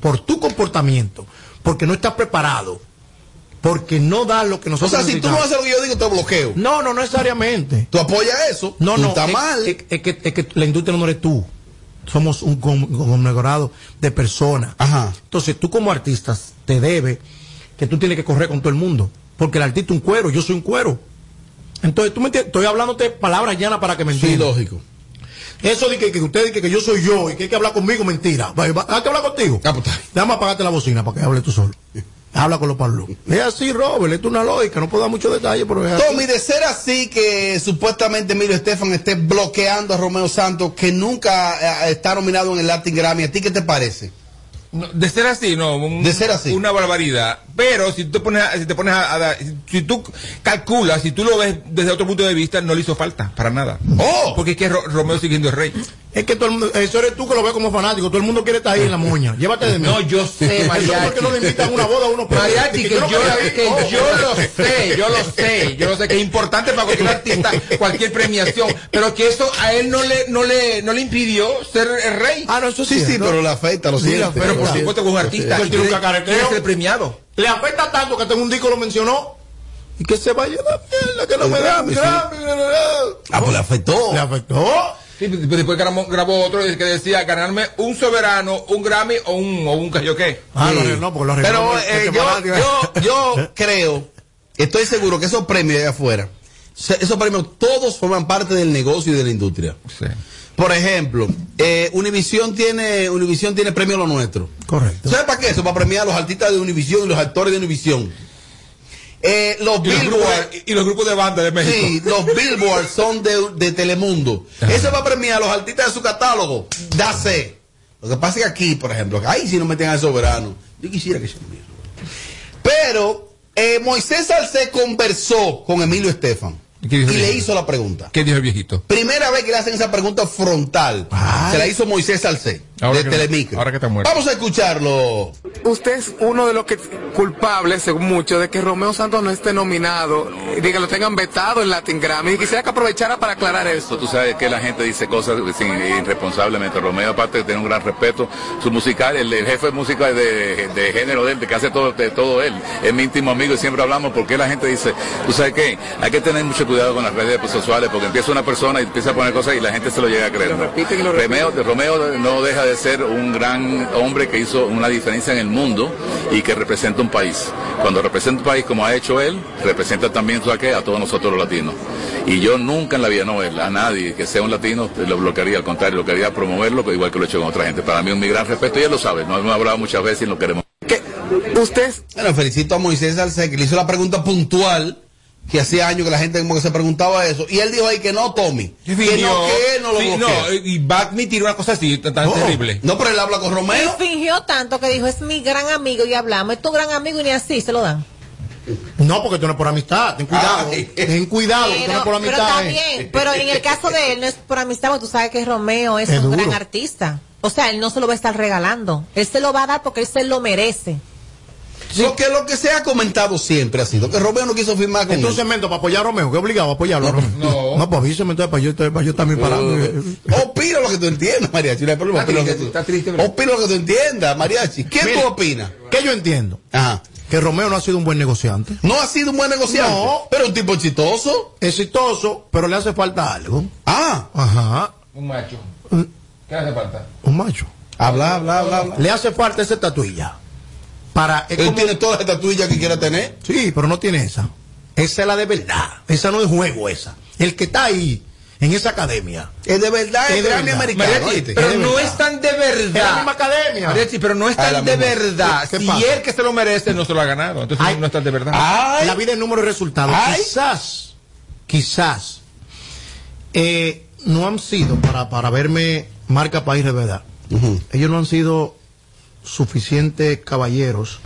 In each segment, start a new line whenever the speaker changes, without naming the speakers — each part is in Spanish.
por tu comportamiento, porque no estás preparado, porque no da lo que
O
nosotros
sea, si tú no haces lo que yo digo, te bloqueo.
No, no, no necesariamente.
Tú apoyas eso.
No, eh,
tú
no.
Está
es,
mal.
Es, es que, es que la industria no eres tú. Somos un con- conglomerado de personas.
Ajá.
Entonces, tú como artista te debe que tú tienes que correr con todo el mundo. Porque el artista es un cuero, yo soy un cuero. Entonces, tú me entiendes, estoy hablándote palabras llanas para que me
Sí,
entiendas.
lógico.
Eso de que, que usted dice que yo soy yo y que hay que hablar conmigo, mentira. Pues, Va- va- Hay que hablar contigo.
Ah, pues, está bien.
Déjame apagarte la bocina para que hable tú solo. Habla con los palos. Es así, Robert, esto es una lógica, no puedo dar muchos detalles, pero es así.
Tommy, de ser así que supuestamente Emilio Estefan esté bloqueando a Romeo Santos, que nunca eh, está nominado en el Latin Grammy, ¿a ti qué te parece?
No, de ser así, no. un-
De ser así.
Una barbaridad. Pero si tú te pones, a- si te pones a, a dar- si tú calculas, si tú lo ves desde otro punto de vista, no le hizo falta, para nada.
¡Oh!
Porque es que Ro- Romeo sigue siendo el rey.
Es que todo el mundo, eso eres tú que lo ves como fanático, todo el mundo quiere estar ahí en la moña. Llévate de mí.
No, yo sé,
Eso es
mariachi.
porque no le invitan a una boda a uno
Mariachi, que yo, que
Oh.
yo lo sé, yo lo sé, yo lo sé, que es importante para cualquier artista, cualquier premiación, pero que eso a él no le, no le, no le impidió ser el rey.
Ah, no, eso
Sí,
es
sí,
cierto.
pero la afecta, lo
Sí, la
siento.
afecta.
Pero por supuesto que es un artista.
Él tiene un cacareteo.
Debe ser premiado.
Le afecta tanto que hasta en un disco lo mencionó. Y que se vaya la mierda, que no
El
me da
Grammy, sí.
Grammy, bla, bla, bla.
Ah, pues le afectó.
Le afectó.
Sí, pues, después grabó, grabó otro que decía ganarme un soberano, un Grammy o un, o un cayoqué.
Ah,
Sí.
lo arregló, porque lo arregló.
Pero eh, yo, yo, yo creo, estoy seguro que esos premios allá afuera, se- esos premios todos forman parte del negocio y de la industria.
Sí.
Por ejemplo, eh, Univisión tiene Univisión tiene premio lo nuestro.
Correcto.
¿Sabes para qué? Eso para premiar a los artistas de Univisión y los actores de Univisión. Eh, los
Y, los grupos
Billboard,
de, y los grupos de banda de México.
sí, los Billboard son de, de Telemundo.
Ajá.
Eso va a premiar a los artistas de su catálogo. Dase. Lo que pasa es que aquí, por ejemplo, ahí si no meten al soberano. Yo quisiera que se muriera. Pero eh, Moisés Salcé conversó con Emilio Estefan
¿Y
y
qué dijo el
le
viejito?
hizo la pregunta.
¿Qué dijo el viejito?
Primera vez que le hacen esa pregunta frontal.
Ay.
Se la hizo Moisés Salcé
Ahora
de
que-
Telemicro.
ahora que está muerto.
Vamos a escucharlo.
Usted es uno de los que culpables, según muchos, de que Romeo Santos no esté nominado, de que lo tengan vetado en Latin Grammy. Y quisiera que aprovechara para aclarar eso.
Tú sabes que la gente dice cosas sin- irresponsablemente. Romeo, aparte, tiene un gran respeto. Su musical, el, el jefe musical de, de género de él, de que hace todo, de todo él. Es mi íntimo amigo y siempre hablamos porque la gente dice, tú sabes qué, hay que tener mucho cuidado con las redes sociales porque empieza una persona y empieza a poner cosas y la gente se lo llega a creer.
Lo
¿no?
repiten y lo
Romeo, Romeo no deja de ser un gran hombre que hizo una diferencia en el mundo y que representa un país. Cuando representa un país como ha hecho él, representa también ¿tú sabes qué? a todos nosotros los latinos. Y yo nunca en la vida, no, él, a nadie que sea un latino, eh, lo bloquearía, al contrario, lo quería promoverlo, igual que lo he hecho con otra gente. Para mí un gran respeto y él lo sabe, no hemos hablado muchas veces y lo queremos.
Que usted es
Bueno, felicito a Moisés Salcé que le hizo la pregunta puntual que hacía años que la gente como que se preguntaba eso. Y él dijo ahí que no, Tommy. Que no, que él no lo
Sí,
bloquea.
no, y va a admitir una cosa así, tan tan
No.
terrible.
No, pero él habla con
Él
Romeo.
fingió tanto que dijo, es mi gran amigo y hablamos, es tu gran amigo y ni así se lo dan.
No, porque tú no es por amistad. Ten
Ah,
cuidado.
Ay.
Ten cuidado, que tú no es Ah, por
Pero, pero
amistad. eh.
también, pero en el caso de él no es por amistad, porque tú sabes que Romeo es,
Es
un
duro.
gran artista. O sea, él no se lo va a estar regalando. Él se lo va a dar porque él se lo merece.
Porque lo que se ha comentado siempre ha sido que Romeo no quiso firmar con
Entonces,
él.
Mento, para apoyar a Romeo, que obligado a apoyarlo. a Romeo?
no.
No, pues avíseme, entonces, para yo, para yo también
Uh.
parando. eh.
Opina lo que tú entiendas, Mariachi. No hay problema.
Está
Opina
triste,
lo que tú-
está triste, ¿verdad?
Opina lo que tú entiendas, Mariachi. ¿Quién
Mira,
tú opinas?
Que yo entiendo
Ah.
Ajá.
que Romeo no ha sido un buen negociante.
No ha sido un buen negociante.
No.
Pero un tipo exitoso.
Exitoso, pero le hace falta algo.
Ah.
Ajá.
Un macho. ¿Qué hace falta?
Un macho.
Habla, habla, habla, habla.
Le hace falta esa estatuilla. Para. es
Él
como-
tiene todas las estatuillas que quiera tener.
Sí, pero no tiene esa. Esa es la de verdad. Esa no es juego, esa. El que está ahí, en esa academia.
Es de verdad,
Es
es
de
Grammy
verdad.
americano. ¿oíste?
pero
es
no
verdad.
es tan de
Es la misma
verdad.
academia.
Mariachi, pero no es
Ah, la
tan de
misma.
verdad.
¿Qué
si
pasa?
él que se lo merece no se lo ha ganado, entonces
Ay.
no es tan de verdad.
Ah,
Ay.
La vida es número y resultado.
Ay.
Quizás, quizás, eh, no han sido, para, para verme marca país de verdad,
Ujú.
ellos no han sido suficientes caballeros,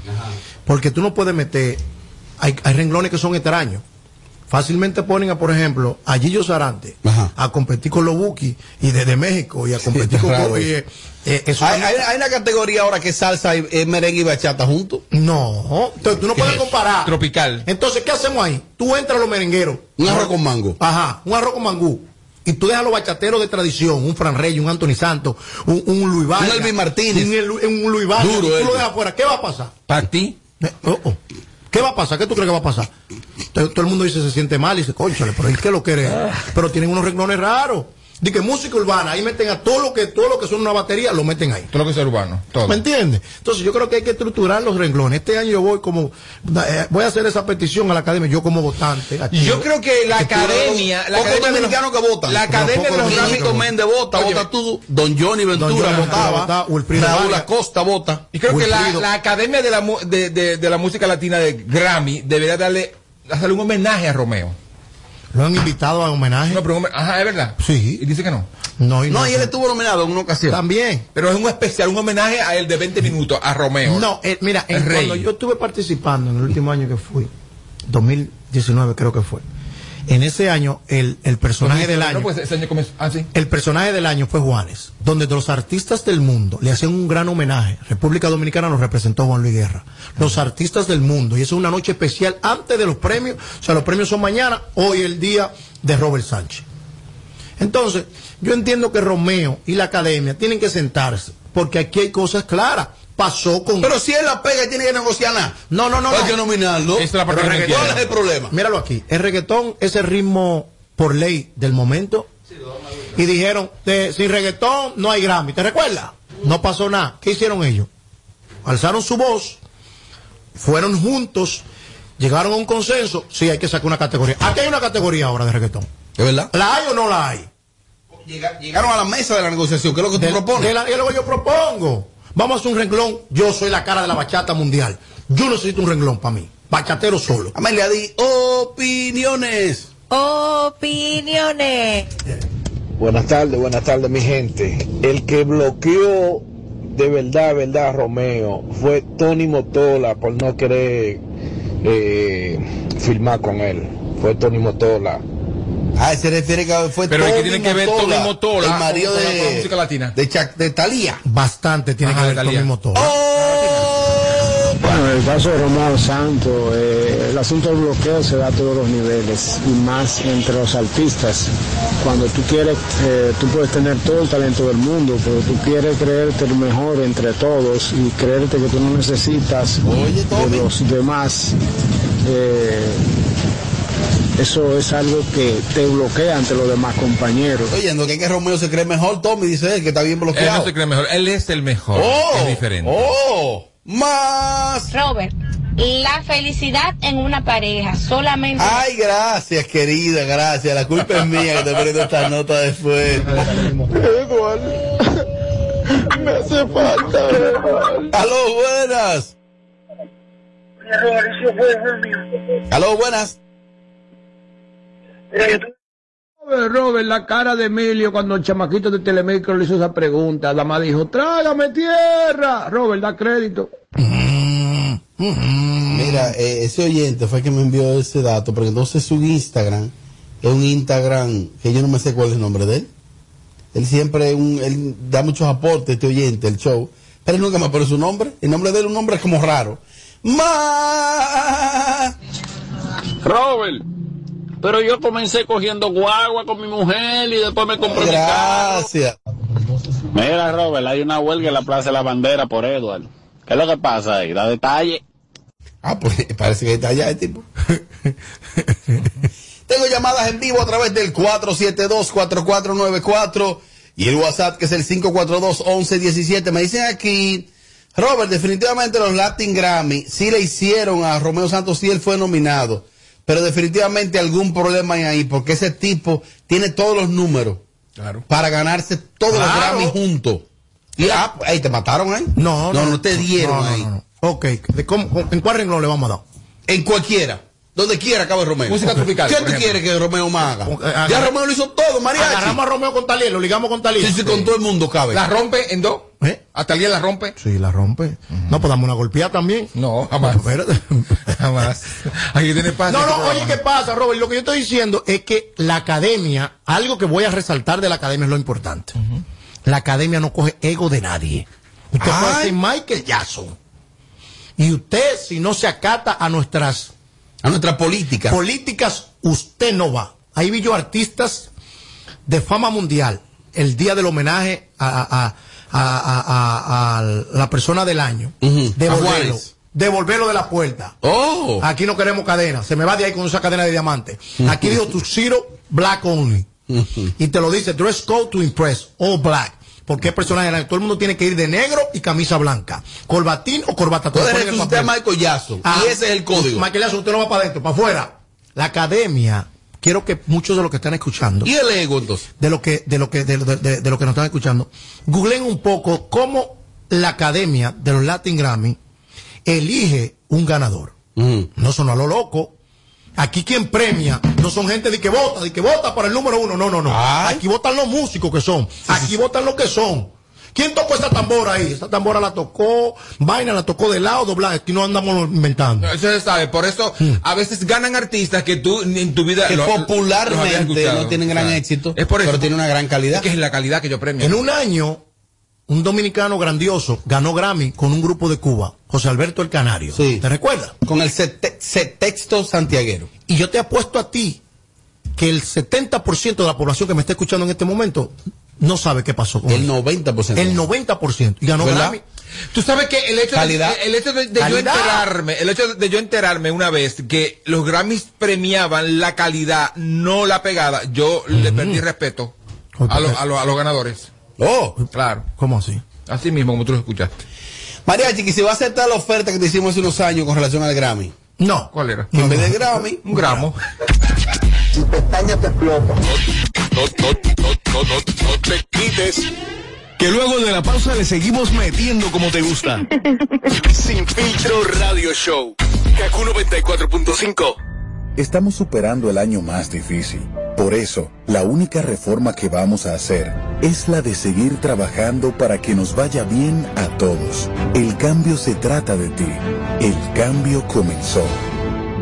porque tú no puedes meter, hay, hay renglones que son extraños. Fácilmente ponen a, por ejemplo, a Gillo Sarante
Ajá.
a competir con los Buki y desde México y a competir
está
con.
raro
oye, eh, eso
Hay,
también-
hay- hay una categoría ahora que es salsa, y, eh, merengue y bachata juntos.
No, entonces tú no puedes comparar.
Tropical.
Entonces, ¿qué hacemos ahí? Tú entras a los merengueros.
Un arroz con mango.
Ajá, un arroz con mangú. Y tú dejas los bachateros de tradición, un Fran Rey, un Anthony Santos, un, un Luis Vargas.
Elvin Martínez.
Un, Elu- un Luis Vargas.
Duro,
tú
Elvin.
lo dejas fuera. ¿Qué va a pasar?
Para ti.
Eh, oh, oh. ¿Qué va a pasar? ¿Qué tú crees que va a pasar? Todo, todo el mundo dice se siente mal y dice, conchale, pero él que lo quiere. Pero tienen unos renglones raros. Dice que música urbana, ahí meten a todo lo que, todo lo que son una batería, lo meten ahí.
Todo lo que es urbano. Todo.
¿Me entiendes? Entonces yo creo que hay que estructurar los renglones. Este año yo voy como, eh, voy a hacer esa petición a la academia, yo como votante. aquí.
Yo creo que la academia. La
Pocos
academia de los-
dominicanos que votan.
La academia de los
dominicanos
gráficos
que votan.
Méndez vota,
Oye,
vota tú. Don Johnny
Don
Ventura
Johnny Ventura
votaba.
votaba, Wilfrido
Raúl
Vargas.
Acosta vota.
Y creo que la,
Wilfrido.
la Academia de la, mu- de, de- de la Música Latina de Grammy debería darle, hacerle un homenaje a Romeo.
¿Lo han invitado a homenaje?
No, pero un homen- ajá, es verdad.
Sí.
Y dice que no.
No, y
No, y él estuvo nominado en una ocasión.
También.
Pero es un especial, un homenaje a él de 20 minutos, a Romeo.
No, eh, mira, en
El rey.
cuando yo estuve participando en el último año que fui, 2019 creo que fue, en ese año el, el personaje del año,
No, pues ese año comenzó. Ah, sí.
el personaje del año fue Juanes, donde de los artistas del mundo le hacían un gran homenaje. República Dominicana nos representó Juan Luis Guerra. Los artistas del mundo, y eso es una noche especial antes de los premios, o sea, los premios son mañana, hoy el día de Robert Sánchez. Entonces, yo entiendo que Romeo y la academia tienen que sentarse, porque aquí hay cosas claras. Pasó con
Pero si él la pega, él tiene que negociar nada.
No, no, no,
Hay
no.
que nominarlo.
Esa es la parte
Pero
que no
¿Cuál es
entiendo.
el problema?
Míralo aquí. El reggaetón es el ritmo por ley del momento. Y dijeron, eh, sin reggaetón no hay Grammy. ¿Te recuerdas? No pasó nada. ¿Qué hicieron ellos? Alzaron su voz, fueron juntos, llegaron a un consenso. Sí, hay que sacar una categoría. Aquí hay una categoría ahora de reggaetón.
¿Es verdad?
¿La hay o no la hay?
Llega- Llegaron a la mesa de la negociación. ¿Qué es lo que tú
De-
propones?
de la- es lo que yo propongo. Vamos a hacer un renglón. Yo soy la cara de la bachata mundial. Yo necesito un renglón para mí. Bachatero solo.
Amelia, di opiniones.
Opiniones.
Buenas tardes, buenas tardes mi gente. El que bloqueó de verdad, de verdad a Romeo fue Tony Motola por no querer eh, firmar con él. Fue Tony Motola.
Ah, se refiere que fue
Pero ¿y qué
Tony
tiene que ver
Motola,
Tony Motola
el marido
con- con
de
la música latina?
de, Cha- de Talía.
Bastante tiene
Ajá,
que ver con
Talía.
mi motor.
Bueno, en el caso de Romeo Santos, eh, el asunto del bloqueo se da a todos los niveles y más entre los artistas. Cuando tú quieres, eh, tú puedes tener todo el talento del mundo, pero tú quieres creerte el mejor entre todos y creerte que tú no necesitas
Oye, Tommy.
de los demás. eh, eso es algo que te bloquea ante los demás compañeros.
Estoy oyendo que, es que Romeo se cree mejor, Tommy dice él, que está bien
Él no
bloqueado.
se cree mejor. Él es el mejor.
oh,
es diferente.
oh, más.
Robert, la felicidad en una pareja solamente
Ay, gracias, querida, gracias. La culpa es mía que te prendo esta nota después.
Me hace falta.
Aló, buenas. Aló, buenas.
Robert, Robert, la cara de Emilio cuando el chamaquito de Telemicro le hizo esa pregunta. La mamá dijo, trágame tierra. Robert, da crédito.
Mira, eh, ese oyente fue que me envió ese dato, porque entonces su Instagram es un Instagram que yo no me sé cuál es el nombre de él. Él siempre es un- él da muchos aportes, este oyente, el show, pero él nunca me pone su nombre. El nombre de él es un nombre como raro. Más.
Robert, pero yo comencé cogiendo guagua con mi mujer y después me compré
Gracias.
Mira, Robert, hay una huelga en la Plaza de la Bandera por Edward. ¿Qué es lo que pasa ahí? Da detalle.
Ah, pues parece que está allá el tipo. Tengo llamadas en vivo a través del 472-4494 y el WhatsApp que es el 542-1117. Me dicen aquí, Robert, definitivamente los Latin Grammy sí le hicieron a Romeo Santos, sí él fue nominado, pero definitivamente algún problema hay ahí porque ese tipo tiene todos los números
Claro.
para ganarse todos
Claro.
los Grammy juntos. Y ah, ahí te mataron ahí.
No,
no, te dieron
no, no,
ahí.
no, no. Ok, ¿de cómo- cómo- ¿en cuál renglón le vamos a dar?
En cualquiera. Donde quiera acabe Romeo.
Música tropical,
¿Qué
por
tú
ejemplo.
quieres que Romeo más haga?
Con- eh, agarra-
ya Romeo lo hizo todo, mariachi.
Agarramos a Romeo con Talía, lo ligamos con Talía.
Sí, sí, con todo el mundo cabe.
La rompe en dos.
¿Eh?
Hasta el día la rompe.
Sí, la rompe. No, pues dame una golpeada también.
No, jamás.
Espérate.
Jamás. Aquí tiene paz.
No,
este
no, oye,
programa.
¿qué pasa, Robert? Lo que yo estoy diciendo es que la academia, algo que voy a resaltar de la academia es lo importante. La academia no coge ego de nadie. Usted puede
Ay.
ser Michael Jackson. Y usted, si no se acata a nuestras
A nuestra política.
políticas, usted no va. Ahí vi yo artistas de fama mundial, el día del homenaje a, a- a- a- a- a- a la persona del año,
A
devolverlo,
Juárez.
devolverlo de la puerta.
Oh.
Aquí no queremos cadena, se me va de ahí con esa cadena de diamante. Aquí dijo tu Ciro Black Only. Y te lo dice Dress Code to Impress, All Black. Porque es personaje, blanco. todo el mundo tiene que ir de negro y camisa blanca. Corbatín o corbata.
Puedes
Ponen el
resucitar a
papel.
Michael Jackson,
Ah,
y ese es el código.
Michael Jackson, usted no va para adentro, para afuera. La academia, quiero que muchos de los que están escuchando.
¿Y el ego entonces?
De lo que, de lo que, de, lo- de- de lo que nos están escuchando. Googleen un poco cómo la academia de los Latin Grammy elige un ganador.
Mm.
No son a lo loco. Aquí quien premia no son gente de que vota, de que vota para el número uno. No, no, no. Aquí votan los músicos que son. Aquí votan los que son. ¿Quién tocó esa tambora ahí? Esa tambora la tocó, vaina la tocó de lado, doblada. Aquí no andamos inventando.
No, Eso se sabe, por eso
Hmm.
a veces ganan artistas que tú ni en tu vida
Que popularmente
habías escuchado.
no tienen gran éxito,
es por eso,
pero tienen una gran calidad.
Es que es la calidad que yo premio.
En un año, un dominicano grandioso ganó Grammy con un grupo de Cuba, José Alberto el Canario. ¿Te recuerdas?
Con el sexto santiaguero.
Y yo te apuesto a ti que el 70% de la población que me está escuchando en este momento no sabe qué pasó con
El
él.
90%.
El 90%. Y ganó
¿Verdad?
Grammy.
Tú sabes que el hecho,
Calidad.
de, el hecho de, de yo
Calidad.
enterarme, el hecho de yo enterarme una vez que los Grammys premiaban la calidad, no la pegada, yo le perdí respeto a, los- a los- a los ganadores.
Oh,
claro.
¿Cómo así?
Así mismo, como tú lo escuchaste.
Mariachi, que si va a aceptar la oferta que te hicimos hace unos años con relación al Grammy.
No.
¿Cuál era?
en vez de Grammy,
un gramo.
Tu pestaña te
No,
explota.
no, no, no, no, no te quites. Que luego de la pausa le seguimos metiendo como te gusta. Sin filtro radio show. Kaku 94.5.
Estamos superando el año más difícil. Por eso, la única reforma que vamos a hacer es la de seguir trabajando para que nos vaya bien a todos. El cambio se trata de ti. El cambio comenzó.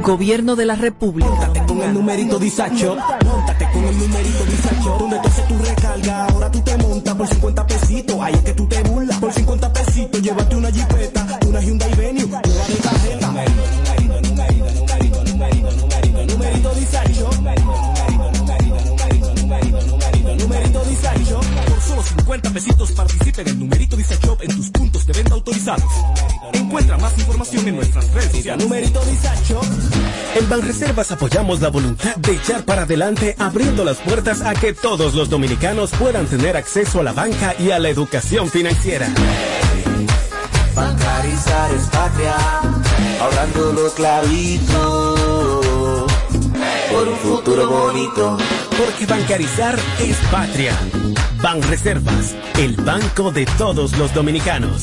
Gobierno de la República. Póntate con el numerito disacho. Póntate con el numerito disacho. Donde tú haces tu recarga, ahora tú te montas por 50 pesitos. Ahí es que tú te burlas por 50 pesitos. Llévate una jipeta, una Hyundai Venue, nueva de tarjeta. Numerito, numerito, numerito, numerito, numerito, numerito disacho. Numerito, numerito, numerito, numerito, numerito, numerito disacho. Por solo 50 pesitos participa en el numerito disacho en tus puntos de venta autorizados. Encuentra más información en nuestras redes sociales. Numerito disacho.
En Banreservas apoyamos la voluntad de echar para adelante abriendo las puertas a que todos los dominicanos puedan tener acceso a la banca y a la educación financiera.
Bancarizar es patria, hablándolo clarito, por un futuro bonito.
Porque bancarizar es patria. Banreservas, el banco de todos los dominicanos.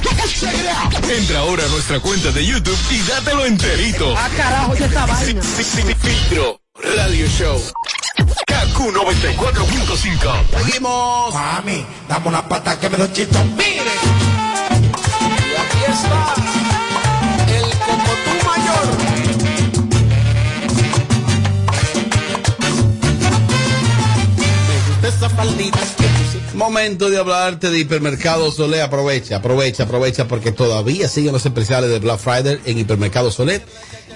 mm-mm. entra ahora a nuestra cuenta de YouTube y dátelo enterito.
Ah, carajo, ¿qué esta vaina?
Sin, sin filtro radio show. KQ 94.5.
Seguimos. Mami, dame una pata que me doy chito. Mire.
Y aquí está el Cocotú Mayor.
Momento de hablarte de Hipermercado Solé. Aprovecha, aprovecha, aprovecha porque todavía siguen los especiales de Black Friday en Hipermercado Solé.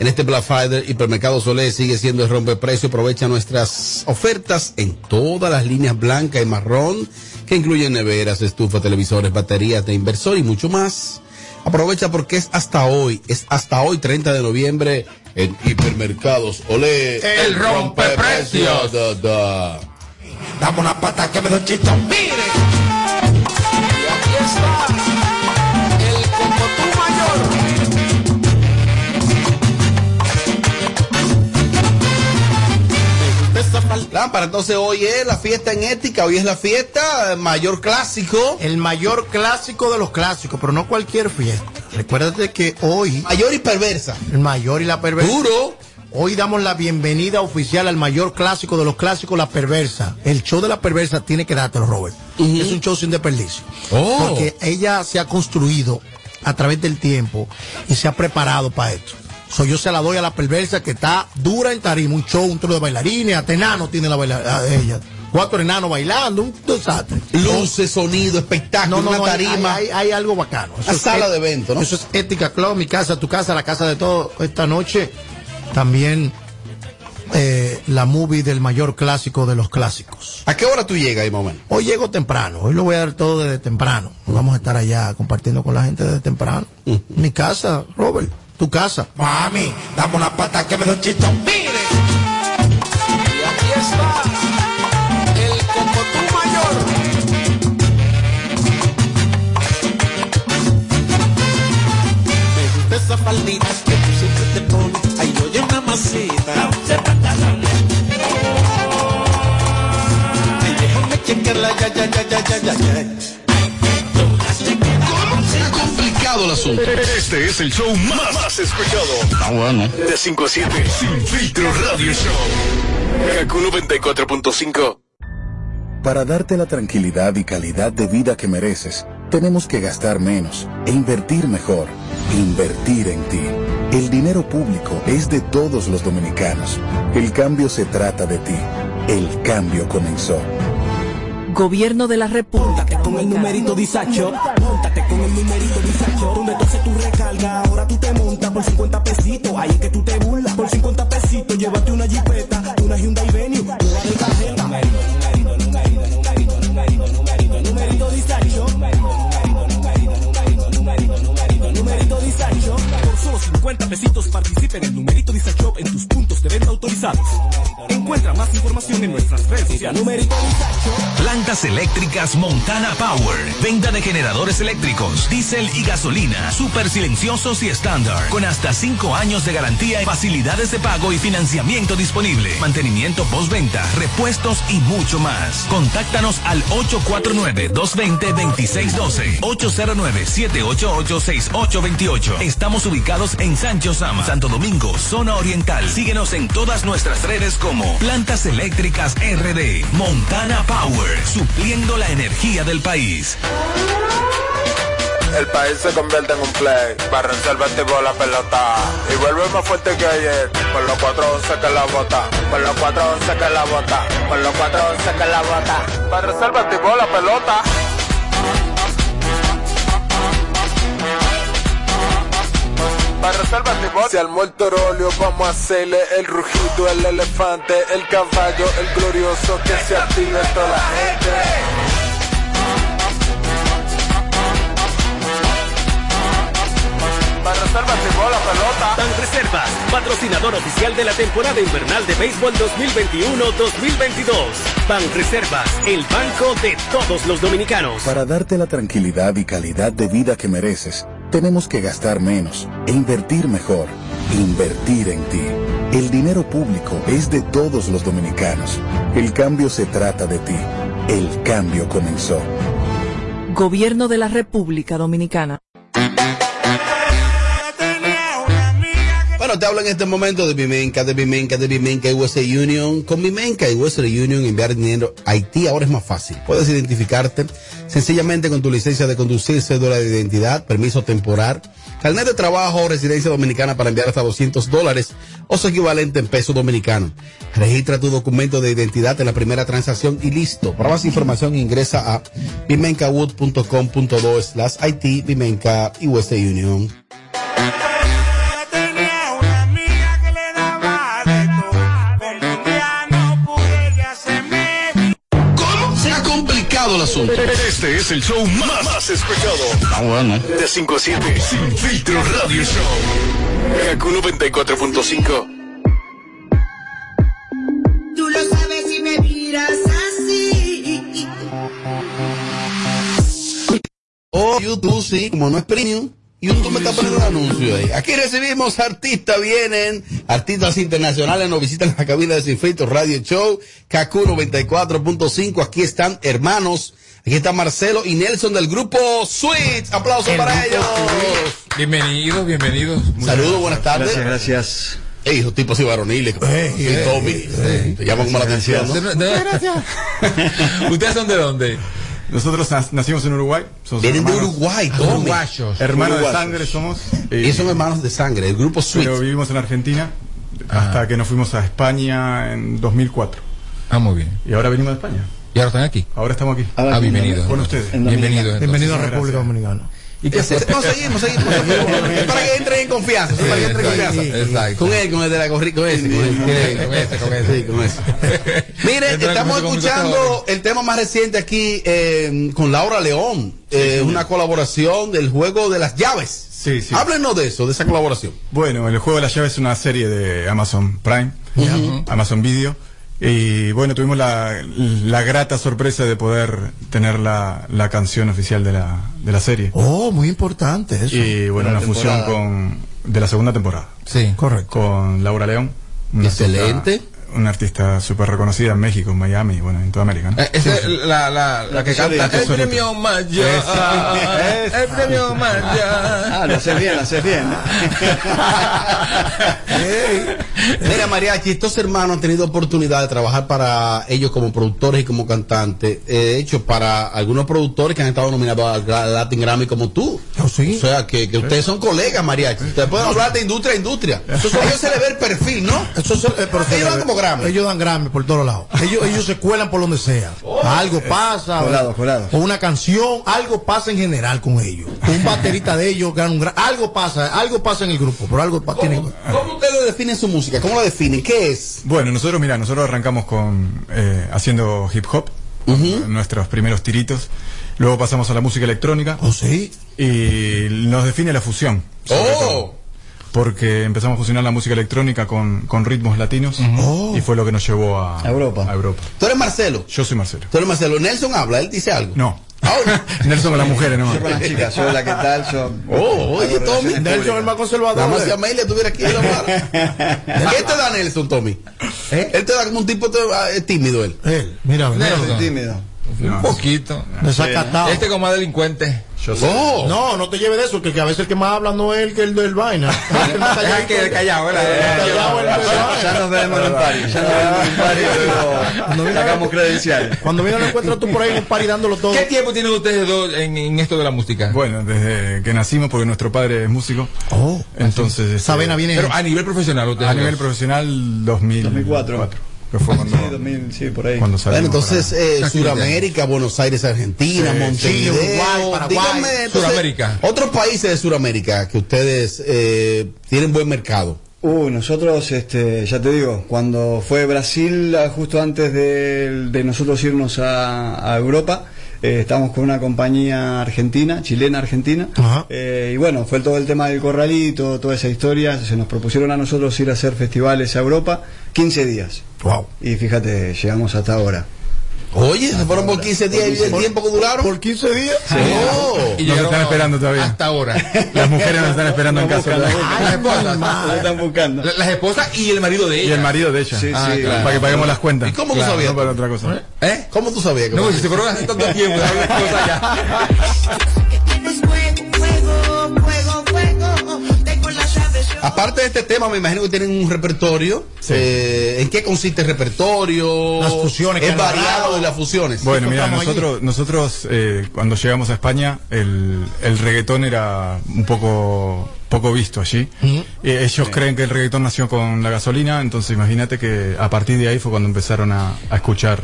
En este Black Friday, Hipermercado Solé sigue siendo el rompeprecio. Aprovecha nuestras ofertas en todas las líneas blanca y marrón que incluyen neveras, estufas, televisores, baterías de inversor y mucho más. Aprovecha porque es hasta hoy, es hasta hoy 30 de noviembre en hipermercados. Olé.
El rompeprecios.
Da, da.
Dame una pata que me doy chistón. Mire. Y aquí está el Cocotú Mayor.
Lámpara, entonces hoy es la fiesta en ética, hoy es la fiesta eh, mayor clásico.
El mayor clásico de los clásicos, pero no cualquier fiesta. Recuérdate que hoy.
Mayor y perversa.
El mayor y la perversa.
Duro.
Hoy damos la bienvenida oficial al mayor clásico de los clásicos, La Perversa. El show de La Perversa tiene que dártelo, Robert. Es un show sin desperdicio.
Oh.
Porque ella se ha construido a través del tiempo y se ha preparado para esto. So, yo se la doy a La Perversa que está dura en tarima. Un show, un trío de bailarines, hasta enano tiene la baila a ella. Cuatro enanos bailando, un desastre.
Luces, sonido, espectáculo, una
hay-
tarima.
Hay, hay- hay algo bacano. Eso
Una
es
sala
et-
de evento, ¿no?
Eso es Ética Club, mi casa, tu casa, la casa de todos. Esta noche también eh, la movie del mayor clásico de los clásicos.
¿A qué hora tú llegas ahí, momento?
Hoy llego temprano, hoy lo voy a dar todo desde temprano. Vamos a estar allá compartiendo con la gente desde temprano. Mi casa, Robert, tu casa.
Mami, dame una pata que me doy chistón. Mire. Y aquí está el Cocotú Mayor. Me gusta esa faldita que tú siempre te pones. Ay, oye, una masita. Ay, déjame chequearla, ya, ya, ya, ya, ya, ya, ya.
Complicado el asunto.
Este es el show más, más escuchado.
Ah, bueno.
De 5 a 7. Sin filtro radio show. Kaku 94.5.
Para darte la tranquilidad y calidad de vida que mereces, tenemos que gastar menos e invertir mejor. Invertir en ti. El dinero público es de todos los dominicanos. El cambio se trata de ti. El cambio comenzó.
Gobierno de la República. Póntate con el numerito disacho. Póntate con el numerito disacho. Donde entonces tú recargas, ahora tú te montas por 50 pesitos. Ahí es que tú te burlas por 50 pesitos. Llévate una jipeta, una Hyundai Venue, una de cajeta. Numerito, numerito, numerito, numerito, numerito, numerito disacho. Numerito disacho. Por solo 50 pesitos participa en el numerito disacho en tus puntos de venta autorizados. Encuentra más información en nuestras redes sociales. Numerito
Plantas eléctricas Montana Power. Venta de generadores eléctricos, diésel y gasolina, súper silenciosos y estándar. Con hasta 5 años de garantía y facilidades de pago y financiamiento disponible. Mantenimiento postventa, repuestos y mucho más. Contáctanos al 849-220-2612. 809-788-6828. Estamos ubicados en Sancho Sama, Santo Domingo, zona oriental. Síguenos en todas nuestras redes como Plantas Eléctricas RD, Montana Power, supliendo la energía del país.
El país se convierte en un play. Barranza el por la pelota. Y vuelve más fuerte que ayer. Por los 411 que la bota. Por los 411 que la bota. Por los 411 que la bota. Barranza el por la pelota. Barranza el por Si al mortorolio vamos a hacerle el rugido, el elefante, el caballo, el glorioso que se active toda la gente.
Pan Reservas, patrocinador oficial de la temporada invernal de béisbol 2021-2022. Pan Reservas, el banco de todos los dominicanos.
Para darte la tranquilidad y calidad de vida que mereces, tenemos que gastar menos e invertir mejor. Invertir en ti. El dinero público es de todos los dominicanos. El cambio se trata de ti. El cambio comenzó.
Gobierno de la República Dominicana.
Bueno, te hablo en este momento de Bimenca, de Bimenca, de Bimenca y Western Union. Con Bimenca y Western Union enviar dinero a Haití ahora es más fácil. Puedes identificarte sencillamente con tu licencia de conducir, cédula de identidad, permiso temporal, carnet de trabajo o residencia dominicana para enviar hasta 200 dólares o su equivalente en peso dominicano. Registra tu documento de identidad en la primera transacción y listo. Para más información ingresa a bimencawood.com.do slash Haití, Bimenca y Western Union.
¿Cómo?
Se ha complicado el asunto.
Este es el show más, más escuchado.
Ah, bueno.
De 5 a 7. Sin filtro radio show. Kaku 94.5.
Tú lo sabes si me miras así.
Oh, YouTube sí, como no es premium. YouTube me está poniendo un anuncio ahí. Aquí recibimos artistas, vienen artistas internacionales, nos visitan la cabina de Sinfrito Radio Show, KQ 94.5. Aquí están hermanos, aquí está Marcelo y Nelson del grupo Sweet. Aplausos para ellos.
Bienvenidos, bienvenidos.
Saludos, buenas tardes.
Gracias, gracias.
Ey, esos tipos así varoniles.
Eh,
Ey, y
ey,
Tommy. Te llaman como la
Gracias.
atención. ¿no?
¿Ustedes son eh. de dónde?
Nosotros nac- nacimos en Uruguay. somos
Vienen de
hermanos- Ah,
Uruguay, Tommy. Uruguayos.
Hermanos de
Uruguayos.
sangre somos.
Y son hermanos de sangre, el grupo Sweet. Ah.
Pero vivimos en Argentina hasta que nos fuimos a España en 2004.
Ah, muy bien.
Y ahora venimos de España.
¿Y ahora están aquí?
Ahora estamos aquí.
Ah, bienvenido.
Con ustedes.
Bienvenido.
Bienvenido a
Gracias.
República Dominicana.
¿Y
qué hacer? No, seguimos, seguimos. es para que entren en confianza. Es para que entren en
Exacto,
confianza.
exacto.
Con él, con el de la gorri- con ese, con
Sí,
él.
con ese, Este, con ese.
Sí, con ese. Miren,
Entra
estamos
con ese comunicador.
escuchando el tema más reciente aquí eh, con Laura León. Eh, una colaboración del juego de las llaves.
Sí, sí.
Háblenos de eso, de esa colaboración.
Bueno, el juego de la llave es una serie de Amazon Prime,
Ujú.
Amazon Video. Y bueno, tuvimos la, la grata sorpresa de poder tener la, la canción oficial de la, de la serie.
Oh, muy importante eso.
Y bueno,
De la
una fusión
temporada.
con, de la segunda temporada.
Sí.
Correcto.
Con Laura León. una
Excelente.
artista- Una artista súper reconocida en México, en Miami, bueno, en toda América. ¿no?
Eh, esa es la, la, la que canta.
tesorita.
El premio mayor.
Esa. Esa.
El premio mayor.
Ah, lo haces bien, lo haces bien.
Mira, Mariachi, estos hermanos han tenido oportunidad de trabajar para ellos como productores y como cantantes. Eh, De hecho, para algunos productores que han estado nominados al Gra- Latin Grammy como tú. O sea, que, que ustedes son colegas, Mariachi. Ustedes pueden hablar de industria a industria. Eso son- a ellos se le ve el perfil, ¿no?
Eso se- eh, pero se
Ah, Ellos dan
le-
como Grammy.
Ellos dan Grammy por todos lados. Ellos, ellos se cuelan por donde sea. Algo pasa.
Colado, colado.
O una canción, algo pasa en general con ellos. Un baterista de ellos gana un Grammy. Algo pasa, algo pasa en el grupo, pero algo pasa.
¿Cómo ustedes definen su música? ¿Cómo la definen? ¿Qué es?
Bueno, nosotros, mira, nosotros arrancamos con eh, haciendo hip hop, nuestros primeros tiritos. Luego pasamos a la música electrónica.
¿Oh, sí?
Y nos define la fusión. sobre
¡Oh!
todo. Porque empezamos a fusionar la música electrónica con, con ritmos latinos. Y fue lo que nos llevó a, Europa. a Europa.
¡Oh! ¿Tú eres Marcelo?
Yo soy Marcelo.
Tú eres Marcelo. Nelson habla, él dice algo.
No. Nelson con las mujeres, ¿no? eh. Yo con las chicas, yo la que
tal, Oh, oye,
Hago
Tommy.
relaciones públicas.
más conservador.
Nada más
eh.
si Amelia estuviera aquí, la mara. ¿Qué te da Nelson, Tommy?
¿Eh?
Él te da como un tipo te- ah, eh, tímido, él.
Él, mira, mira.
tímido.
Un poquito.
Desacatado.
Este como más delincuente.
Oh. No, no te lleves de eso, que, que a veces el que más habla no es el que el del vaina. El más
Es
calladito.
que el callado,
El
¿verdad?
callado es el del vaina.
Ya nos veremos en un party. Ya nos veremos en un party.
Cuando viene-
Sacamos credenciales.
Cuando viene lo encuentras tú por ahí en un party dándolo todo.
¿Qué tiempo tienen ustedes dos en, en esto de la música?
Bueno, desde que nacimos, porque nuestro padre es músico.
Oh,
Entonces. este,
Sabena viene-
Pero a nivel profesional, ustedes
A nivel
dos.
profesional, 2000
2004.
2004. Que fue cuando, por ahí. cuando
Bueno,
salimos
entonces,
para-
eh, Suramérica, Buenos Aires, Argentina,
Sí,
Montevideo,
Chile, Uruguay, Paraguay,
díganme, entonces,
Suramérica.
Otros países de Suramérica que ustedes eh, tienen buen mercado.
Uy, Uh, nosotros, este, ya te digo, cuando fue Brasil, ah, justo antes del- de, nosotros irnos a, a Europa, eh, estamos con una compañía argentina, chilena argentina, Eh, y bueno, fue todo el tema del corralito, toda esa historia, se nos propusieron a nosotros ir a hacer festivales a Europa, 15 días.
Wow.
Y fíjate, llegamos hasta ahora.
Oye, se fueron por 15 días y el tiempo que duraron.
Por 15 días.
Nos están esperando todavía.
Hasta ahora.
Las mujeres nos están esperando en casa.
Las esposas.
están buscando.
La- Las esposas y el marido de ella.
Y el marido de ella.
Sí, sí, Ah, claro.
Para que paguemos las cuentas.
¿Y cómo tú
Claro,
sabías?
no para otra cosa.
¿Eh?
¿Cómo tú sabías?
No, si se fueron hace tanto tiempo.
Tienes fuego, fuego, fuego, fuego. Tengo las llaves.
Aparte de este tema, me imagino que tienen un repertorio. Eh, ¿En qué consiste el repertorio?
Las fusiones que
Es
han
variado
hablado.
de las fusiones.
Bueno, mira, nosotros, nosotros eh, cuando llegamos a España, el, el reggaetón era un poco poco visto allí. Eh, ellos creen que el reggaetón nació con la gasolina, entonces imagínate que a partir de ahí fue cuando empezaron a, a escuchar.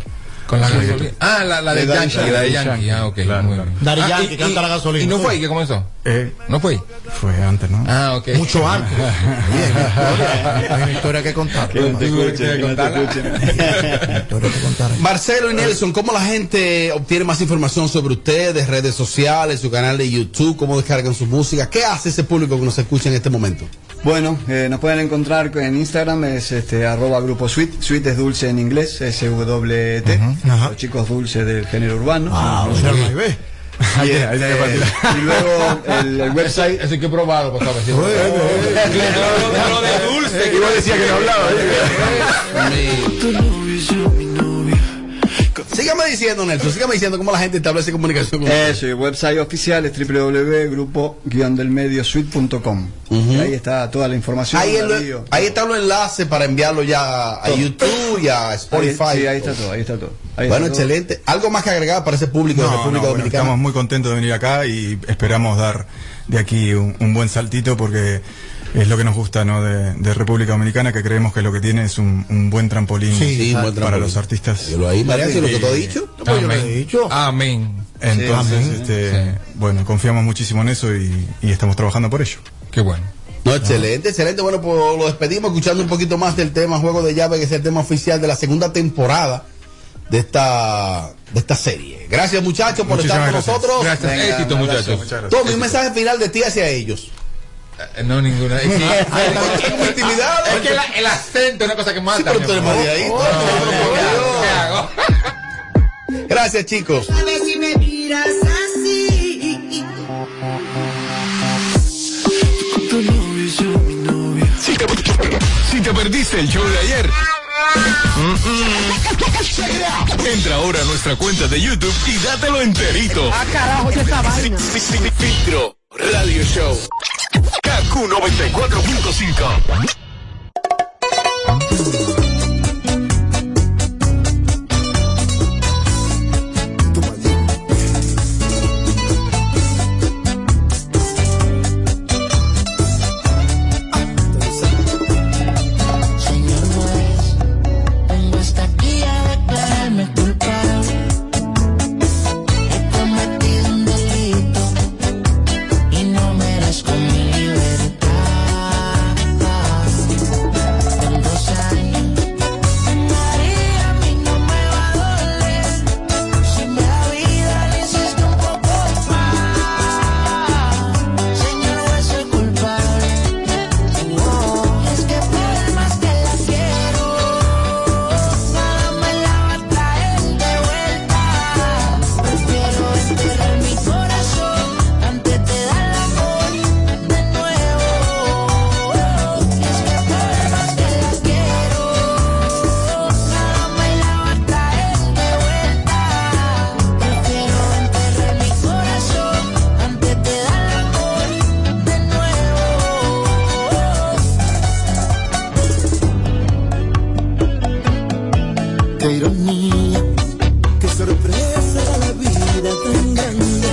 Con la
el
gasolina.
reggaetón.
Ah, la, la de
Daddy
Yankee. La de Yankee. Ah, ok.
Claro,
muy
claro.
bien.
Daddy
Ah,
Yankee,
y-
canta
y-
la gasolina.
¿Y no fue ahí que comenzó?
Eh,
¿No fue ahí?
Fue antes, ¿no?
Ah, ok.
Mucho antes. Bien, hay una historia- hay una historia que contar.
Marcelo y Nelson, ¿cómo la gente obtiene más información sobre ustedes, redes sociales, su canal de YouTube, cómo descargan su música? ¿Qué hace ese público que nos escucha en este momento?
Bueno, eh, nos pueden encontrar en Instagram, es este, arroba grupo Sweet. Sweet es dulce en inglés, es W T. Los chicos dulces del género urbano.
Ah, o sea, ahí ve.
Y, este, y luego el, el website.
Eso hay que probarlo, pues, ¿sabes?
Lo de dulce.
Igual decía que no hablaba. ¿eh? Sígame diciendo, Nelson, sígame diciendo cómo la gente establece comunicación con
Eso, y el website oficial es www.grupo-delmediosuite.com. Y Ahí está toda la información.
Ahí,
la
el-
bio,
ahí están los enlaces para enviarlo ya a, a
Todo.
YouTube y a Spotify.
Ahí, sí, ahí está todo, ahí está todo. Ahí
bueno,
está todo.
excelente. Algo más que agregar para ese público de
No, no,
República
bueno,
Dominicana.
estamos muy contentos de venir acá y esperamos dar de aquí un, un buen saltito porque es lo que nos gusta ¿no? de, de República Dominicana, que creemos que lo que tiene es un, un buen trampolín,
Sí, sí, un buen
para
trampolín.
los artistas.
Dilo ahí, Mariano, si lo que tú has dicho. No, pues yo lo he
Amén.
dicho.
Amén.
Entonces,
Sí, amén.
este, bueno, confiamos muchísimo en eso y, y estamos trabajando por ello.
Qué bueno.
No, excelente, excelente. Bueno, pues lo despedimos escuchando un poquito más del tema Juego de Llave, que es el tema oficial de la segunda temporada de esta, de esta serie. Gracias, muchachos, por
Muchísimas
estar con nosotros.
gracias. Gracias. Éxito,
un
muchachos.
abrazo.
Muchas gracias.
Tommy, un
Éxito.
mensaje final de ti hacia ellos.
Eh, No, ninguna. Es que,
intimidad.
Es que la- el acento es una cosa que mata.
pero
mi
tú eres
amor.
más de ahí.
Oh, ¿qué hago?
Gracias, chicos.
Sabes si me miras así.
Si te, si te perdiste el show de ayer. mm, mm. Entra ahora a nuestra cuenta de YouTube y dátelo enterito.
Ah, carajo, ya está vaina.
Sí, sí, sí, Filtro Radio Show. KQ 94.5.
Señor juez, vengo hasta aquí a declararme culpable. He cometido un delito y no merezco mi libertad. En dos años, María, a mí no me va a doler. Si me la vida le hiciste un poco más. Señor juez, soy culpable. Es que por más que la quiero, nada me la va a traer de vuelta. Prefiero enterrar mi corazón antes de dar amor de nuevo. Es que por más que la quiero, nada me la va a traer de vuelta. Prefiero enterrar mi corazón antes de dar amor de nuevo. Qué ironía, qué sorpresa la vida tan grande.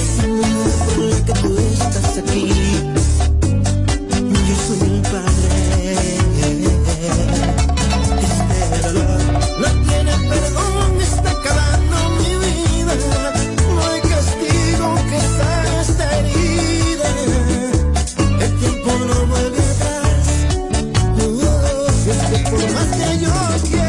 Es por la que tú estás aquí. Yo soy el padre. Este dolor no tiene perdón, está acabando mi vida. No hay castigo que sane esta herida. El tiempo no vuelve atrás. Uh, es que por más que yo quiero,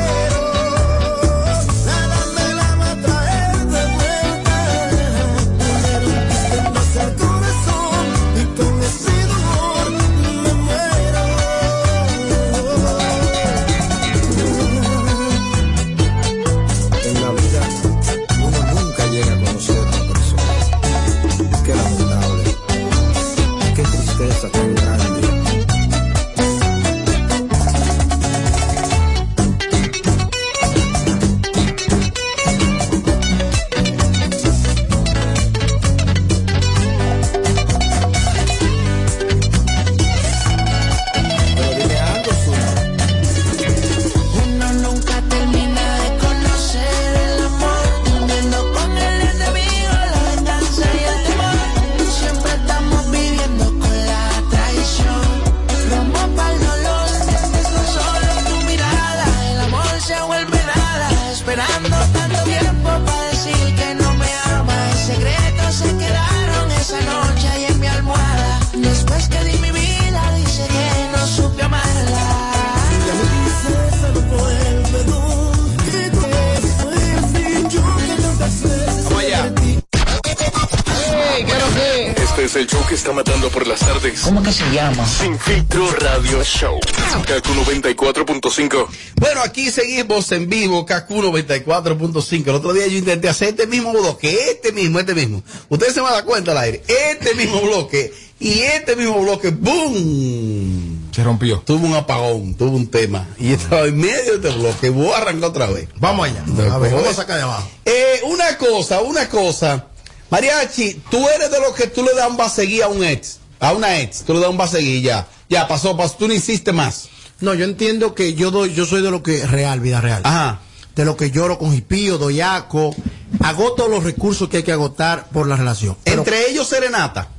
Este es el show que está matando por las tardes.
¿Cómo que se llama?
Sin filtro radio show. Kaku 94.5.
Bueno, aquí seguimos en vivo, KQ 94.5. El otro día yo intenté hacer este mismo bloque, este mismo, este mismo. Ustedes se van a dar cuenta al aire. Este mismo bloque y este mismo bloque, ¡boom!
Se rompió.
Tuvo un apagón, tuvo un tema. Y estaba en medio de este bloque. Voy a arrancar otra vez.
Vamos allá. A ver, vamos a sacar de abajo.
Eh, una cosa, una cosa. Mariachi, tú eres de los que tú le das un baseguí a un ex. A una ex. Tú le das un baseguí ya. Ya, pasó, pasó. Tú no hiciste más.
No, yo entiendo que yo doy, yo soy de lo que real, vida real.
Ajá.
De lo que lloro con jipío, doyaco. Agoto los recursos que hay que agotar por la relación. Pero-
Entre ellos, Serenata.